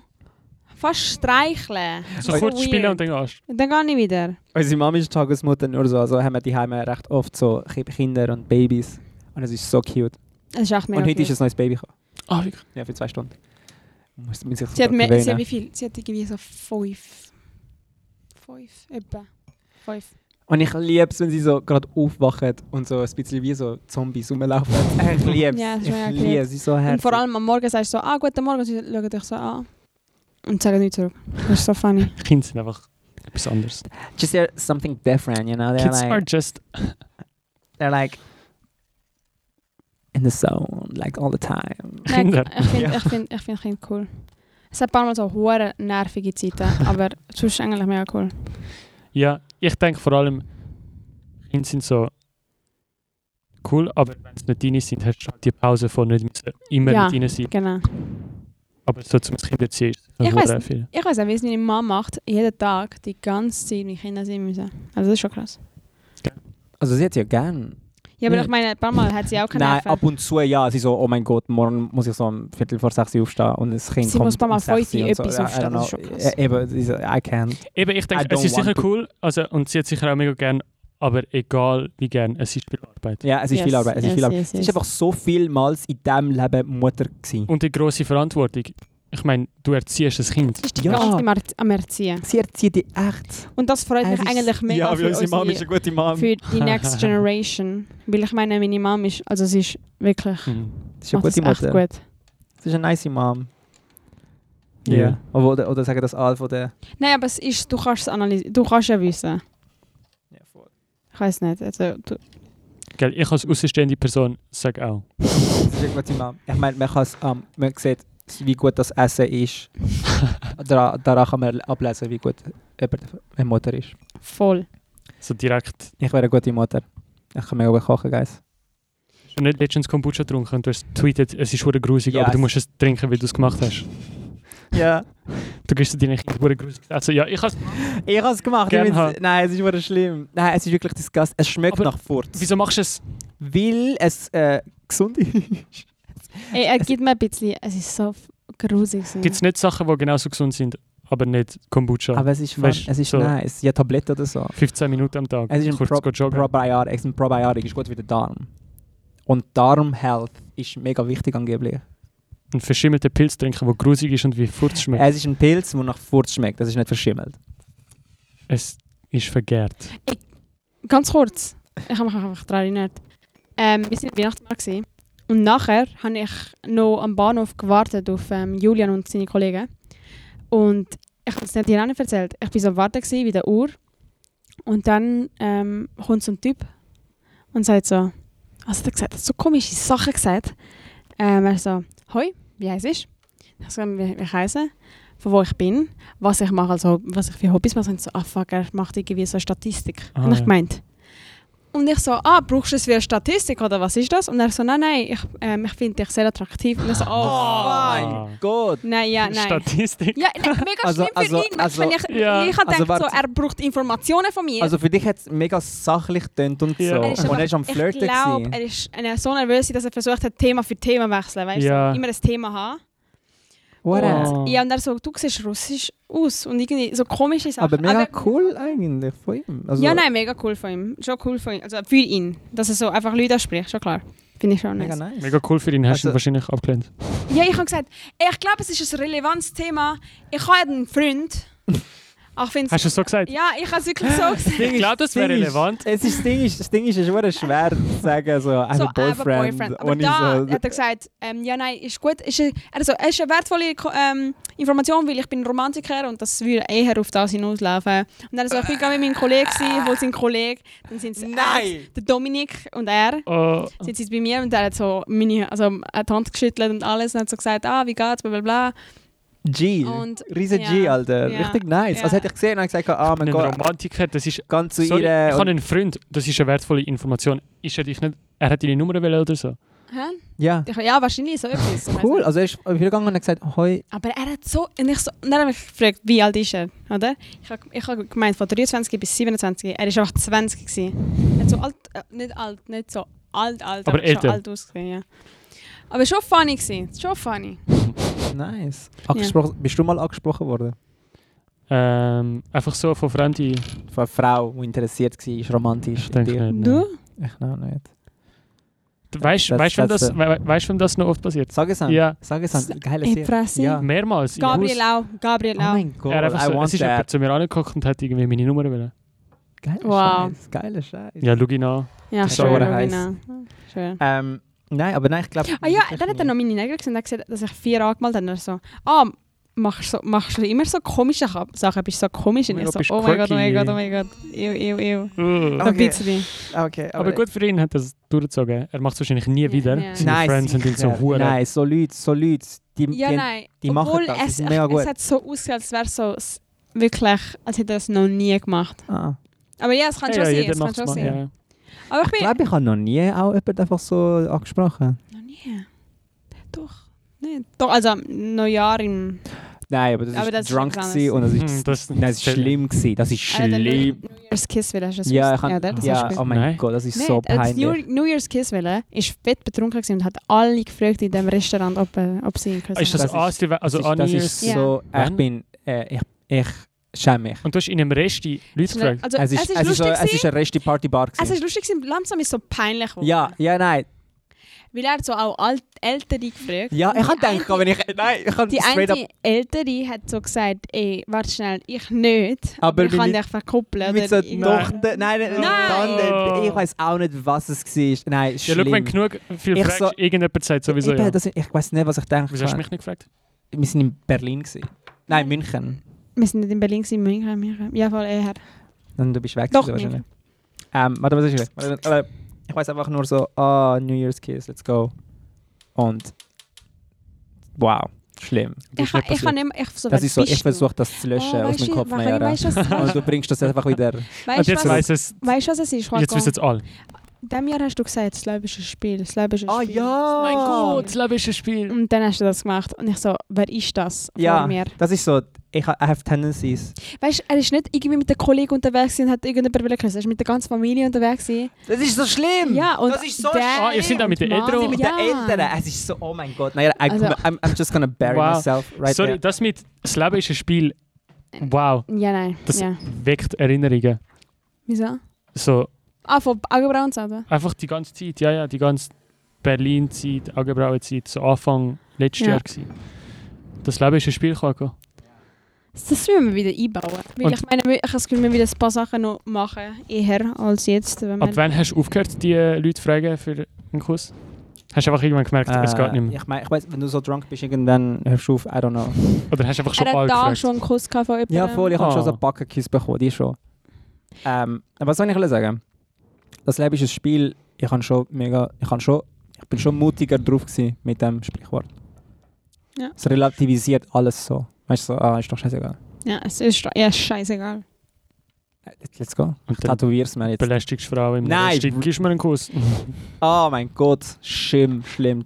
Speaker 5: fast streicheln.
Speaker 1: So kurz
Speaker 5: weird.
Speaker 1: spielen und "Ah, dann gehst
Speaker 5: Und dann gehe ich wieder.
Speaker 3: Unsere Mama ist Tagesmutter nur so, also haben wir die Heime recht oft so Ki- Kinder und Babys. Und es ist so cute.
Speaker 5: Es ist echt mega
Speaker 3: und heute
Speaker 5: cute.
Speaker 3: ist ein neues Baby gekommen.
Speaker 1: du. Ah, wirklich?
Speaker 3: Ja, für zwei Stunden. Muss man sich
Speaker 5: Sie hat,
Speaker 3: dran
Speaker 5: mehr, sie hat wie
Speaker 3: gewöhnen.
Speaker 5: viel? Sie hat irgendwie so fünf. Fünf, etwa. Fünf.
Speaker 3: Und ich liebe es, wenn sie so gerade aufwachen und so ein bisschen wie so Zombies
Speaker 1: <laughs>
Speaker 3: rumlaufen. Ich liebe es.
Speaker 5: Ja, das ist mega
Speaker 3: ich
Speaker 5: cute.
Speaker 3: liebe es. Sie ist so herzig.
Speaker 5: Und vor allem am Morgen sagst du so, ah, guten Morgen, sie schauen dich so an. Und sagen nichts zurück. Das ist
Speaker 3: <laughs>
Speaker 5: so funny.
Speaker 1: Kinder sind einfach etwas anderes.
Speaker 3: Just they're something different, you know? They're
Speaker 1: Kids
Speaker 3: like,
Speaker 1: are just
Speaker 3: they're like in the zone, like all the time.
Speaker 5: Nein,
Speaker 1: Kinder.
Speaker 5: ich finde
Speaker 3: Ja.
Speaker 5: ich find, ich find Kinder cool. Es hat ein paar Mal so hohe nervige Zeiten,
Speaker 3: <laughs>
Speaker 5: aber sonst eigentlich mega cool.
Speaker 1: Ja, ich denke vor allem, Kinder sind so cool, aber wenn es nicht deine sind, hast du halt die Pause von nicht müssen immer
Speaker 5: Ja.
Speaker 1: mit ihnen sein.
Speaker 5: Genau.
Speaker 1: Aber so zum Kind erziehen ist
Speaker 5: Ich
Speaker 1: so
Speaker 5: weiss
Speaker 1: hure
Speaker 5: nicht.
Speaker 1: viel.
Speaker 5: Ich weiß auch, wie es meine Mama macht, jeden Tag die ganze Zeit mit Kindern sein müssen. Also das ist schon krass.
Speaker 3: Also sie hat ja gern.
Speaker 5: Ja, aber
Speaker 3: Ja.
Speaker 5: ich meine, ein paar Mal hat sie auch keine
Speaker 3: Nein,
Speaker 5: Nerven.
Speaker 3: ab und zu ja. Sie so, oh mein Gott, morgen muss ich so um Viertel vor sechs Uhr aufstehen und das Kind
Speaker 5: Sie
Speaker 3: kommt
Speaker 5: muss paar Mal
Speaker 3: um sechs
Speaker 5: fünf Uhr
Speaker 3: Uhr und so.
Speaker 5: etwas
Speaker 3: Ja, I
Speaker 5: aufstehen,
Speaker 3: don't
Speaker 5: das ist
Speaker 3: know.
Speaker 5: schon krass.
Speaker 3: Äh, Eben, sie so, I can't.
Speaker 1: Eben, ich denke,
Speaker 3: I
Speaker 1: es ist
Speaker 3: don't want
Speaker 1: sicher
Speaker 3: to.
Speaker 1: cool also, und sie hat sicher auch mega gern aber egal wie gern, es ist viel Arbeit.
Speaker 3: Ja, es ist
Speaker 5: Yes,
Speaker 3: viel Arbeit. Es,
Speaker 5: yes,
Speaker 3: ist, viel Arbeit.
Speaker 5: yes,
Speaker 3: es
Speaker 5: yes.
Speaker 3: ist einfach so vielmals in diesem Leben Mutter gewesen.
Speaker 1: Und die grosse Verantwortung. Ich meine, du erziehst ein Kind.
Speaker 5: Das ist die
Speaker 3: Ja.
Speaker 5: ganze am, Erz- am Erziehen.
Speaker 3: Sie erzieht dich echt.
Speaker 5: Und das freut mich
Speaker 3: Es ist-
Speaker 5: eigentlich mega für, unsere,
Speaker 3: eine gute Mom.
Speaker 5: für
Speaker 3: <laughs>
Speaker 5: die Next Generation. Weil ich meine, meine Mom ist, also sie ist wirklich,
Speaker 1: Mhm.
Speaker 3: Das ist eine
Speaker 5: macht das
Speaker 3: gute
Speaker 5: echt
Speaker 3: Mutter.
Speaker 5: gut.
Speaker 3: Sie ist eine nice Mom.
Speaker 1: Ja.
Speaker 3: Oder, oder sagen das alle von der...
Speaker 5: Nein, aber es ist, du kannst es analysieren, du kannst ja wissen.
Speaker 3: Ja, voll.
Speaker 5: Ich weiß nicht, also du,
Speaker 1: Gell, ich als außenstehende Person sage auch.
Speaker 3: Das ist eine gute Mom. Ich meine, man, kann's, ähm, man sieht, wie gut das Essen ist. Dara- Daran kann man ablesen, wie gut jemand eine Mutter ist.
Speaker 5: voll.
Speaker 1: So direkt.
Speaker 3: Ich wäre eine gute Mutter. Ich kann mega gut kochen, Guys.
Speaker 1: Ich habe nicht letztens Kombucha getrunken und du hast getweetet, es ist hure grusig,
Speaker 3: Ja,
Speaker 1: aber du
Speaker 3: es-
Speaker 1: musst es trinken, weil du es gemacht hast.
Speaker 3: Ja.
Speaker 1: Du gibst deinen Kindern hure grusig. Also ja, ich has,
Speaker 3: <laughs> Ich habe es gemacht. Ich
Speaker 1: Gerne
Speaker 3: bin's-
Speaker 1: haben.
Speaker 3: Nein, es ist wirklich schlimm. Nein, es ist wirklich disgust. Es schmeckt
Speaker 1: Aber-
Speaker 3: nach Furz.
Speaker 1: Wieso machst du es?
Speaker 3: Weil es äh, gesund <laughs> ist.
Speaker 5: Ey, er gibt mir ein bisschen, es ist so f- grusig. so.
Speaker 1: Gibt es nicht Sachen, die genauso gesund sind, aber nicht Kombucha?
Speaker 3: Aber es ist fun.
Speaker 1: Weißt,
Speaker 3: Es ist
Speaker 1: so-
Speaker 3: nice. Ja, Tablette oder so.
Speaker 1: 15 Minuten am Tag.
Speaker 3: Es ist ein,
Speaker 1: kurz
Speaker 3: Pro
Speaker 1: go joggen.
Speaker 3: Probiotik. Es ist ein Probiotik. ist gut für den Darm. Und Darmhealth ist mega wichtig angeblich.
Speaker 1: Einen verschimmelten Pilz trinken, der grusig ist und wie Furz schmeckt.
Speaker 3: Es ist ein Pilz, der nach Furz schmeckt. Das ist nicht verschimmelt.
Speaker 1: Es ist vergärt.
Speaker 5: Ganz kurz, ich habe mich einfach daran erinnert. Ähm, wir sind Weihnachtsmarkt gewesen. und nachher habe ich noch am Bahnhof gewartet auf ähm, Julian und seine Kollegen. Und ich habe es nicht Irene erzählt. Ich war so am Warten gewesen, wie der Uhr. Und dann ähm, kommt so ein Typ und sagt so, was hat er gesagt? Er hat so komische Sachen gesagt. Ähm, er so, hoi, wie heisst ich? Ich so, wie, wie ich heisse, von wo ich bin, was ich mache, also was ich für Hobbys mache. Und so, ah fuck, er macht irgendwie so eine Statistik.
Speaker 1: Ah,
Speaker 5: und ich
Speaker 1: ja.
Speaker 5: gemeint. Und ich so, ah, brauchst du es für eine Statistik oder was ist das? Und er so, nein, nein, ich, ähm, ich finde dich sehr attraktiv. Und ich so, oh, fuck.
Speaker 1: Ah.
Speaker 3: Gott.
Speaker 5: Nein, ja, nein.
Speaker 1: Statistik.
Speaker 5: Ja, nein, mega
Speaker 3: Also-
Speaker 5: schlimm
Speaker 3: also-
Speaker 5: für ihn. Also,
Speaker 3: also-
Speaker 5: ich,
Speaker 1: Ja.
Speaker 5: ich hab
Speaker 3: Also,
Speaker 5: gedacht,
Speaker 3: warte.
Speaker 5: so, er braucht Informationen von mir.
Speaker 3: Also für dich hat es mega sachlich getönt und
Speaker 1: Ja.
Speaker 3: so.
Speaker 1: Er
Speaker 3: Und
Speaker 1: ist
Speaker 3: er
Speaker 5: aber-
Speaker 3: ist am Flirten.
Speaker 5: Ich glaube,
Speaker 3: gewesen.
Speaker 5: er ist äh, so nervös, dass er versucht hat, Thema für Thema wechseln. Weißt
Speaker 1: Ja.
Speaker 5: du? Immer ein Thema haben.
Speaker 3: What a-
Speaker 1: Oh.
Speaker 5: Und, ja, und er so, du siehst russisch aus. Und irgendwie so komische Sachen.
Speaker 3: Aber mega cool eigentlich von ihm. Also,
Speaker 5: ja, nein, mega cool von ihm. Schon cool von ihm. Also für ihn. Dass er so einfach Leute anspricht, schon klar. Finde ich schon
Speaker 3: Mega
Speaker 5: nice.
Speaker 3: nice.
Speaker 1: Mega cool für ihn, hast du
Speaker 3: Also-
Speaker 1: ihn wahrscheinlich abgelehnt.
Speaker 5: Ja, ich habe gesagt, ey, ich glaube, es ist ein relevantes Thema. Ich habe
Speaker 3: <laughs>
Speaker 5: einen Freund. Ach, find's,
Speaker 1: Hast du es so gesagt?
Speaker 5: ja, ich habe es wirklich so gesagt.
Speaker 1: Ich glaube, das wäre relevant.
Speaker 3: Es ist, das, Ding ist, das Ding ist, es ist hure schwer zu sagen, so, I have
Speaker 5: so,
Speaker 3: a boyfriend.
Speaker 5: I have a boyfriend. Aber
Speaker 3: ohne
Speaker 5: da
Speaker 3: so-
Speaker 5: hat er gesagt, ähm, ja nein, ist gut. Ist, ein- also, es ist eine wertvolle Ko- ähm, Information, weil ich bin Romantiker und das würde eher auf das hinauslaufen. Und dann so, ich bin gerade mit meinem Kollegen, gewesen, wo sein Kollege, dann sind sie
Speaker 3: Nein!
Speaker 5: der Dominik und er
Speaker 1: Oh,
Speaker 5: sind sie bei mir und er hat so meine also, hat die Hand geschüttelt und alles und hat so gesagt, ah, wie geht's, bla bla bla.
Speaker 3: G.
Speaker 5: Und-
Speaker 3: Riesen
Speaker 5: ja.
Speaker 3: G, Alter.
Speaker 5: Ja.
Speaker 3: Richtig nice.
Speaker 5: Ja.
Speaker 3: Also hätte ich gesehen und gesagt, ah, mein
Speaker 1: ein
Speaker 3: Gott,
Speaker 1: Romantiker, das ist...
Speaker 3: ganz zu
Speaker 1: Sorry,
Speaker 3: ihr.
Speaker 1: ich habe
Speaker 3: Und,
Speaker 1: einen Freund, das ist eine wertvolle Information. Ist er dich nicht... Er hat deine Nummer wollen oder
Speaker 3: <laughs>
Speaker 1: so?
Speaker 5: Hä?
Speaker 3: ja,
Speaker 5: Ich- Ja, wahrscheinlich so etwas. Ich weiss
Speaker 3: cool.
Speaker 5: nicht.
Speaker 3: Also er ist gegangen und hat gesagt, hoi.
Speaker 5: Aber er hat so, und ich so, und dann habe ich gefragt, wie alt ist er, oder? Ich habe ich hab gemeint, von 23 bis 27, er war einfach 20 gewesen. Er hat so alt, äh, nicht alt, nicht so alt, alt,
Speaker 1: Aber
Speaker 5: schon
Speaker 1: älter.
Speaker 5: alt ausgesehen, ja. Aber schon funny gewesen, schon funny.
Speaker 3: Nice. Angesprochen, Bist du mal angesprochen worden?
Speaker 1: Ähm, einfach so von Fremden.
Speaker 3: Von einer Frau, die interessiert war, ist romantisch.
Speaker 1: Ich denke
Speaker 3: in dir.
Speaker 1: nicht. nein.
Speaker 3: Ich
Speaker 5: Du?
Speaker 3: auch nicht.
Speaker 1: Weißt
Speaker 3: Das-
Speaker 1: weißt du, wem
Speaker 3: das-
Speaker 1: das- we- weißt, wem das noch oft passiert?
Speaker 3: Sag es an.
Speaker 1: Ja,
Speaker 3: Sag es an. Geile
Speaker 5: Ey,
Speaker 3: Serie.
Speaker 5: Fresse.
Speaker 3: Ja.
Speaker 1: mehrmals. im
Speaker 5: Gabriel
Speaker 1: Haus.
Speaker 5: auch,
Speaker 3: Oh
Speaker 5: Gabriel auch.
Speaker 3: mein Gott,
Speaker 1: Er hat einfach
Speaker 3: I
Speaker 1: so, es
Speaker 3: want
Speaker 1: ist jemand
Speaker 3: that.
Speaker 1: zu mir angeguckt und hat irgendwie meine Nummer wollen.
Speaker 3: Geiler
Speaker 5: Wow.
Speaker 3: Scheiß. Geiler Scheiß.
Speaker 1: Ja, schau ihn an.
Speaker 5: ja,
Speaker 3: ist
Speaker 5: schön,
Speaker 3: aber heiß.
Speaker 5: Romina. Schön.
Speaker 3: Ähm, nein, aber nein, ich glaube.
Speaker 5: Ah ja, dann hat er noch meine Nägel gesehen und hat gesagt, dass ich vier angemalt habe. Und er so, ah, machst, so, machst du immer so komische Ka- Sachen, bist so komisch. Und
Speaker 1: Oh mein
Speaker 5: ich so,
Speaker 1: Gott, bist
Speaker 5: oh mein Gott, oh mein
Speaker 1: quirky.
Speaker 5: Gott, oh mein Gott. Ew, ew, ew.
Speaker 1: Aber,
Speaker 5: Ein
Speaker 3: Okay.
Speaker 5: bisschen.
Speaker 3: Okay,
Speaker 1: gut für ihn hat er das durchgezogen. Er macht es wahrscheinlich nie
Speaker 5: Ja,
Speaker 1: wieder.
Speaker 5: ja.
Speaker 1: Seine Friends sind ihn so hure.
Speaker 3: Nein, so Leute, so Leute. Die,
Speaker 5: Ja,
Speaker 3: die,
Speaker 5: nein.
Speaker 3: die machen
Speaker 5: Obwohl
Speaker 3: das,
Speaker 5: Es,
Speaker 3: ist mega gut.
Speaker 5: es hat so ausgesehen, als wäre es so s- wirklich, als hätte er es noch nie gemacht.
Speaker 3: Ah.
Speaker 5: Aber ja, es kann
Speaker 1: Ja,
Speaker 5: schon
Speaker 1: ja,
Speaker 5: sein.
Speaker 1: jeder
Speaker 5: Es kann
Speaker 1: macht's
Speaker 5: schon
Speaker 1: mal.
Speaker 5: sein.
Speaker 1: Ja.
Speaker 5: Aber ich
Speaker 3: Ich
Speaker 5: bin.
Speaker 3: glaube, ich habe noch nie auch jemanden einfach so angesprochen.
Speaker 5: noch nie. Doch. Nein. Doch, also Neujahr im.
Speaker 3: Nein, aber das
Speaker 5: Aber
Speaker 3: ist
Speaker 5: das ist
Speaker 3: drunk
Speaker 5: was anderes.
Speaker 3: gewesen und das ist,
Speaker 1: Hm, das-
Speaker 3: nein, das ist schlimm gewesen. Das ist
Speaker 5: Er hat einen
Speaker 3: schlimm.
Speaker 5: New New Year's Kiss will, hast du das
Speaker 3: Ja, ich
Speaker 5: gewusst?
Speaker 3: kann,
Speaker 5: oder? Das
Speaker 3: ja,
Speaker 5: hast du
Speaker 3: oh mein
Speaker 1: Nein.
Speaker 3: Gott, das ist
Speaker 5: Nein,
Speaker 3: so
Speaker 5: er hat New,
Speaker 3: peinlich.
Speaker 5: New Year's Kiss wollen, ist fett betrunken gewesen und hat alle gefragt in dem Restaurant, ob, äh, ob sie ihn küssen.
Speaker 1: Ist das,
Speaker 3: Das ist-
Speaker 1: das also
Speaker 3: das ist, das
Speaker 1: an
Speaker 3: ist
Speaker 5: Ja.
Speaker 3: so,
Speaker 1: Wann?
Speaker 3: ich bin, äh, ich, ich Schäme mich.
Speaker 1: Und du hast in einem Resti Leute gefragt.
Speaker 5: Also,
Speaker 3: es, ist,
Speaker 5: es ist lustig.
Speaker 3: so, es ist
Speaker 5: gewesen.
Speaker 3: eine reste Partybar.
Speaker 5: es ist lustig, gewesen, langsam ist es so peinlich geworden.
Speaker 3: ja, ja, nein.
Speaker 5: Weil er hat so auch alt, Ältere gefragt.
Speaker 3: Ja, ich
Speaker 5: Die
Speaker 3: kann denken,
Speaker 5: eine-
Speaker 3: wenn ich. Nein, ich kann
Speaker 5: Die
Speaker 3: straight up
Speaker 5: eine Ältere hat so gesagt, ey, warte schnell, ich nicht,
Speaker 3: Aber
Speaker 5: aber ich kann
Speaker 3: meine-
Speaker 5: dich verkuppeln.
Speaker 3: mit so
Speaker 5: oder
Speaker 3: einer
Speaker 1: Nein.
Speaker 3: Tochter. Nein, nein,
Speaker 5: Nein.
Speaker 3: Tante. Ich weiß auch nicht, was es war. Nein,
Speaker 1: ja, schau,
Speaker 3: schlimm.
Speaker 1: wenn genug viel
Speaker 3: Ich
Speaker 1: fragst,
Speaker 3: so-
Speaker 1: irgendjemand sagt sowieso
Speaker 3: Eben,
Speaker 1: ja.
Speaker 3: das, ich weiß nicht, was ich denke.
Speaker 1: Wieso hast du mich nicht gefragt?
Speaker 3: Wir waren in Berlin. Gewesen. Nein, München.
Speaker 5: Wir sind nicht in Berlin, in München, München. Ja, voll eher.
Speaker 3: Und du bist weg.
Speaker 5: Doch,
Speaker 3: gewesen,
Speaker 5: München.
Speaker 3: wahrscheinlich. Ähm, warte, was ist weg? Warte, warte. Ich weiß einfach nur so, ah, New Year's Kiss, let's go. Und wow, schlimm.
Speaker 1: Das
Speaker 5: Ich,
Speaker 1: ist
Speaker 5: kann-
Speaker 1: nicht
Speaker 5: ich
Speaker 1: passiert.
Speaker 5: kann nicht mehr, ich so,
Speaker 3: Das
Speaker 5: wer
Speaker 3: ist so,
Speaker 5: bist
Speaker 3: ich
Speaker 5: du?
Speaker 3: versuche das zu löschen
Speaker 5: Oh,
Speaker 3: aus
Speaker 5: weisst
Speaker 3: meinem
Speaker 5: du,
Speaker 3: Kopf.
Speaker 5: Vacheli,
Speaker 3: Mara.
Speaker 5: weisst
Speaker 3: <laughs>
Speaker 5: du, was-
Speaker 3: Und du bringst das einfach wieder.
Speaker 5: Weißt
Speaker 1: Und
Speaker 5: du,
Speaker 1: jetzt
Speaker 5: was,
Speaker 1: weiss es,
Speaker 5: weißt, du, was es
Speaker 1: jetzt
Speaker 5: ist?
Speaker 1: wissen
Speaker 5: Jetzt
Speaker 1: es alle.
Speaker 5: dem Jahr hast du gesagt, das Leben ist ein Spiel, das Leben ist ein
Speaker 3: Ah,
Speaker 5: Spiel.
Speaker 3: ja. Mein
Speaker 5: Oh.
Speaker 3: Gott,
Speaker 1: das Leben ist ein Spiel.
Speaker 5: Und dann hast du das gemacht und ich so, wer ist das
Speaker 3: Ja,
Speaker 5: vor mir?
Speaker 3: das ist so, ich ha- I have tendencies.
Speaker 5: Weißt du, er ist nicht irgendwie mit einem Kollegen unterwegs gewesen und hat irgendjemanden wollen küssen. Er ist mit der ganzen Familie unterwegs gewesen.
Speaker 3: Das ist so schlimm!
Speaker 5: Ja, und
Speaker 3: das ist so
Speaker 5: der-
Speaker 3: schlimm!
Speaker 1: Ah, ihr seid auch mit den
Speaker 5: Mann,
Speaker 1: Eltern-
Speaker 5: ja.
Speaker 3: mit den Eltern. Es ist so, oh mein Gott. Naja, I,
Speaker 5: Also-
Speaker 3: I'm, I'm just gonna bury
Speaker 1: Wow.
Speaker 3: myself right
Speaker 1: Sorry,
Speaker 3: there.
Speaker 1: das mit das Leben ist ein Spiel. Wow,
Speaker 5: Ja, nein.
Speaker 1: Das-
Speaker 5: ja.
Speaker 1: weckt Erinnerungen.
Speaker 5: Wieso?
Speaker 1: So
Speaker 5: Ah, von Augenbrauen zu oder?
Speaker 1: einfach die ganze Zeit, ja, ja, die ganze Berlin-Zeit, Augenbrauen-Zeit, so Anfang letztes
Speaker 5: Ja.
Speaker 1: Jahr gewesen. Das Leben ist ein Spiel, Kako.
Speaker 5: Das müssen wir wieder einbauen. Weil
Speaker 1: Und-
Speaker 5: ich meine, wir- ich können wir wieder ein paar Sachen noch machen, eher als jetzt. Wenn
Speaker 1: Ab
Speaker 5: man
Speaker 1: wann hast du aufgehört, die äh, Leute zu fragen für einen Kuss? Hast du einfach irgendwann gemerkt,
Speaker 3: Äh,
Speaker 1: es geht nicht mehr?
Speaker 3: Ich meine, ich weiß, wenn du so drunk bist, irgendwann hörst du auf, I don't know.
Speaker 1: Oder hast du einfach schon
Speaker 5: er hat
Speaker 1: bald
Speaker 5: da
Speaker 1: gefragt?
Speaker 5: schon einen Kuss gehabt von jemandem.
Speaker 3: Ja, voll, ich habe
Speaker 1: Ah.
Speaker 3: schon so einen Backenkiss bekommen, die schon. Ähm, aber was soll ich sagen? Das Leben ist ein Spiel, ich habe schon mega, ich habe schon, ich bin schon mutiger drauf gewesen mit dem Sprichwort.
Speaker 5: Ja.
Speaker 3: Es relativisiert alles so. Weißt du, so, ah, ist doch scheißegal.
Speaker 5: Ja, es ist, ja, ist scheißegal.
Speaker 3: Let's go.
Speaker 1: Und dann
Speaker 3: Tätowier's mir jetzt.
Speaker 1: belästigst du Frauen im
Speaker 3: Nein.
Speaker 1: Rest, gibst mir einen Kuss.
Speaker 3: Oh mein Gott, schlimm, schlimm.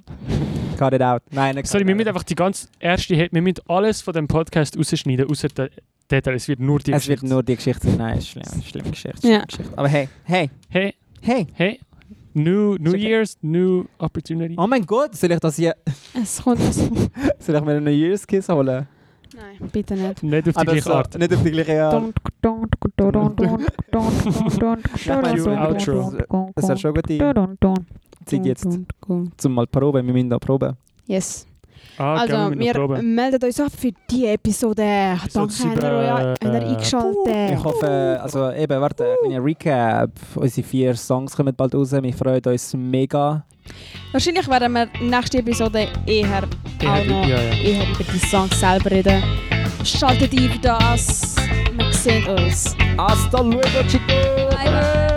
Speaker 3: Cut it out. Nein, nicht
Speaker 1: Sorry,
Speaker 3: cut
Speaker 1: wir
Speaker 3: it
Speaker 1: müssen
Speaker 3: out.
Speaker 1: einfach die ganze erste Hälfte, wir müssen alles von dem Podcast rausschneiden, außer der Detail. Es wird nur die
Speaker 3: Es wird
Speaker 1: Geschichte.
Speaker 3: nur die Geschichte. Nein, ist schlimm, ist schlimme Geschichte.
Speaker 5: Ja.
Speaker 3: schlimme Geschichte. Aber hey, hey,
Speaker 1: Hey,
Speaker 3: hey.
Speaker 1: hey, new, new
Speaker 3: Ist okay.
Speaker 1: years, new opportunity.
Speaker 3: Oh mein Gott, soll ich das hier, <laughs>
Speaker 5: Es kommt. Es,
Speaker 3: soll ich mir einen New Year's Kiss holen?
Speaker 5: nein, bitte nicht.
Speaker 1: Nicht auf die
Speaker 3: Ah, das
Speaker 1: gleiche
Speaker 3: so-
Speaker 1: Art.
Speaker 3: Nicht auf die gleiche Art. Das wäre schon eine gute Zeit jetzt, zum mal proben. Wir müssen da proben.
Speaker 5: Yes.
Speaker 1: Ah,
Speaker 5: Also,
Speaker 1: gehen wir,
Speaker 5: wir
Speaker 1: mit noch proben.
Speaker 5: melden uns ab für diese Episode.
Speaker 1: Episode
Speaker 5: Danke, habt ihr euch- habt ihr
Speaker 1: sieben. äh,
Speaker 5: eingeschaltet.
Speaker 3: Ich hoffe, also eben, warte, ein kleiner Recap. Unsere vier Songs kommen bald raus. Wir freuen uns mega.
Speaker 5: Wahrscheinlich werden wir nächste Episode eher, auch
Speaker 1: ja,
Speaker 5: noch
Speaker 1: ja, ja.
Speaker 5: eher über die Songs selber reden. Schaltet ein für das. Wir sehen uns.
Speaker 3: Hasta luego, chicos!
Speaker 5: Bye, bye.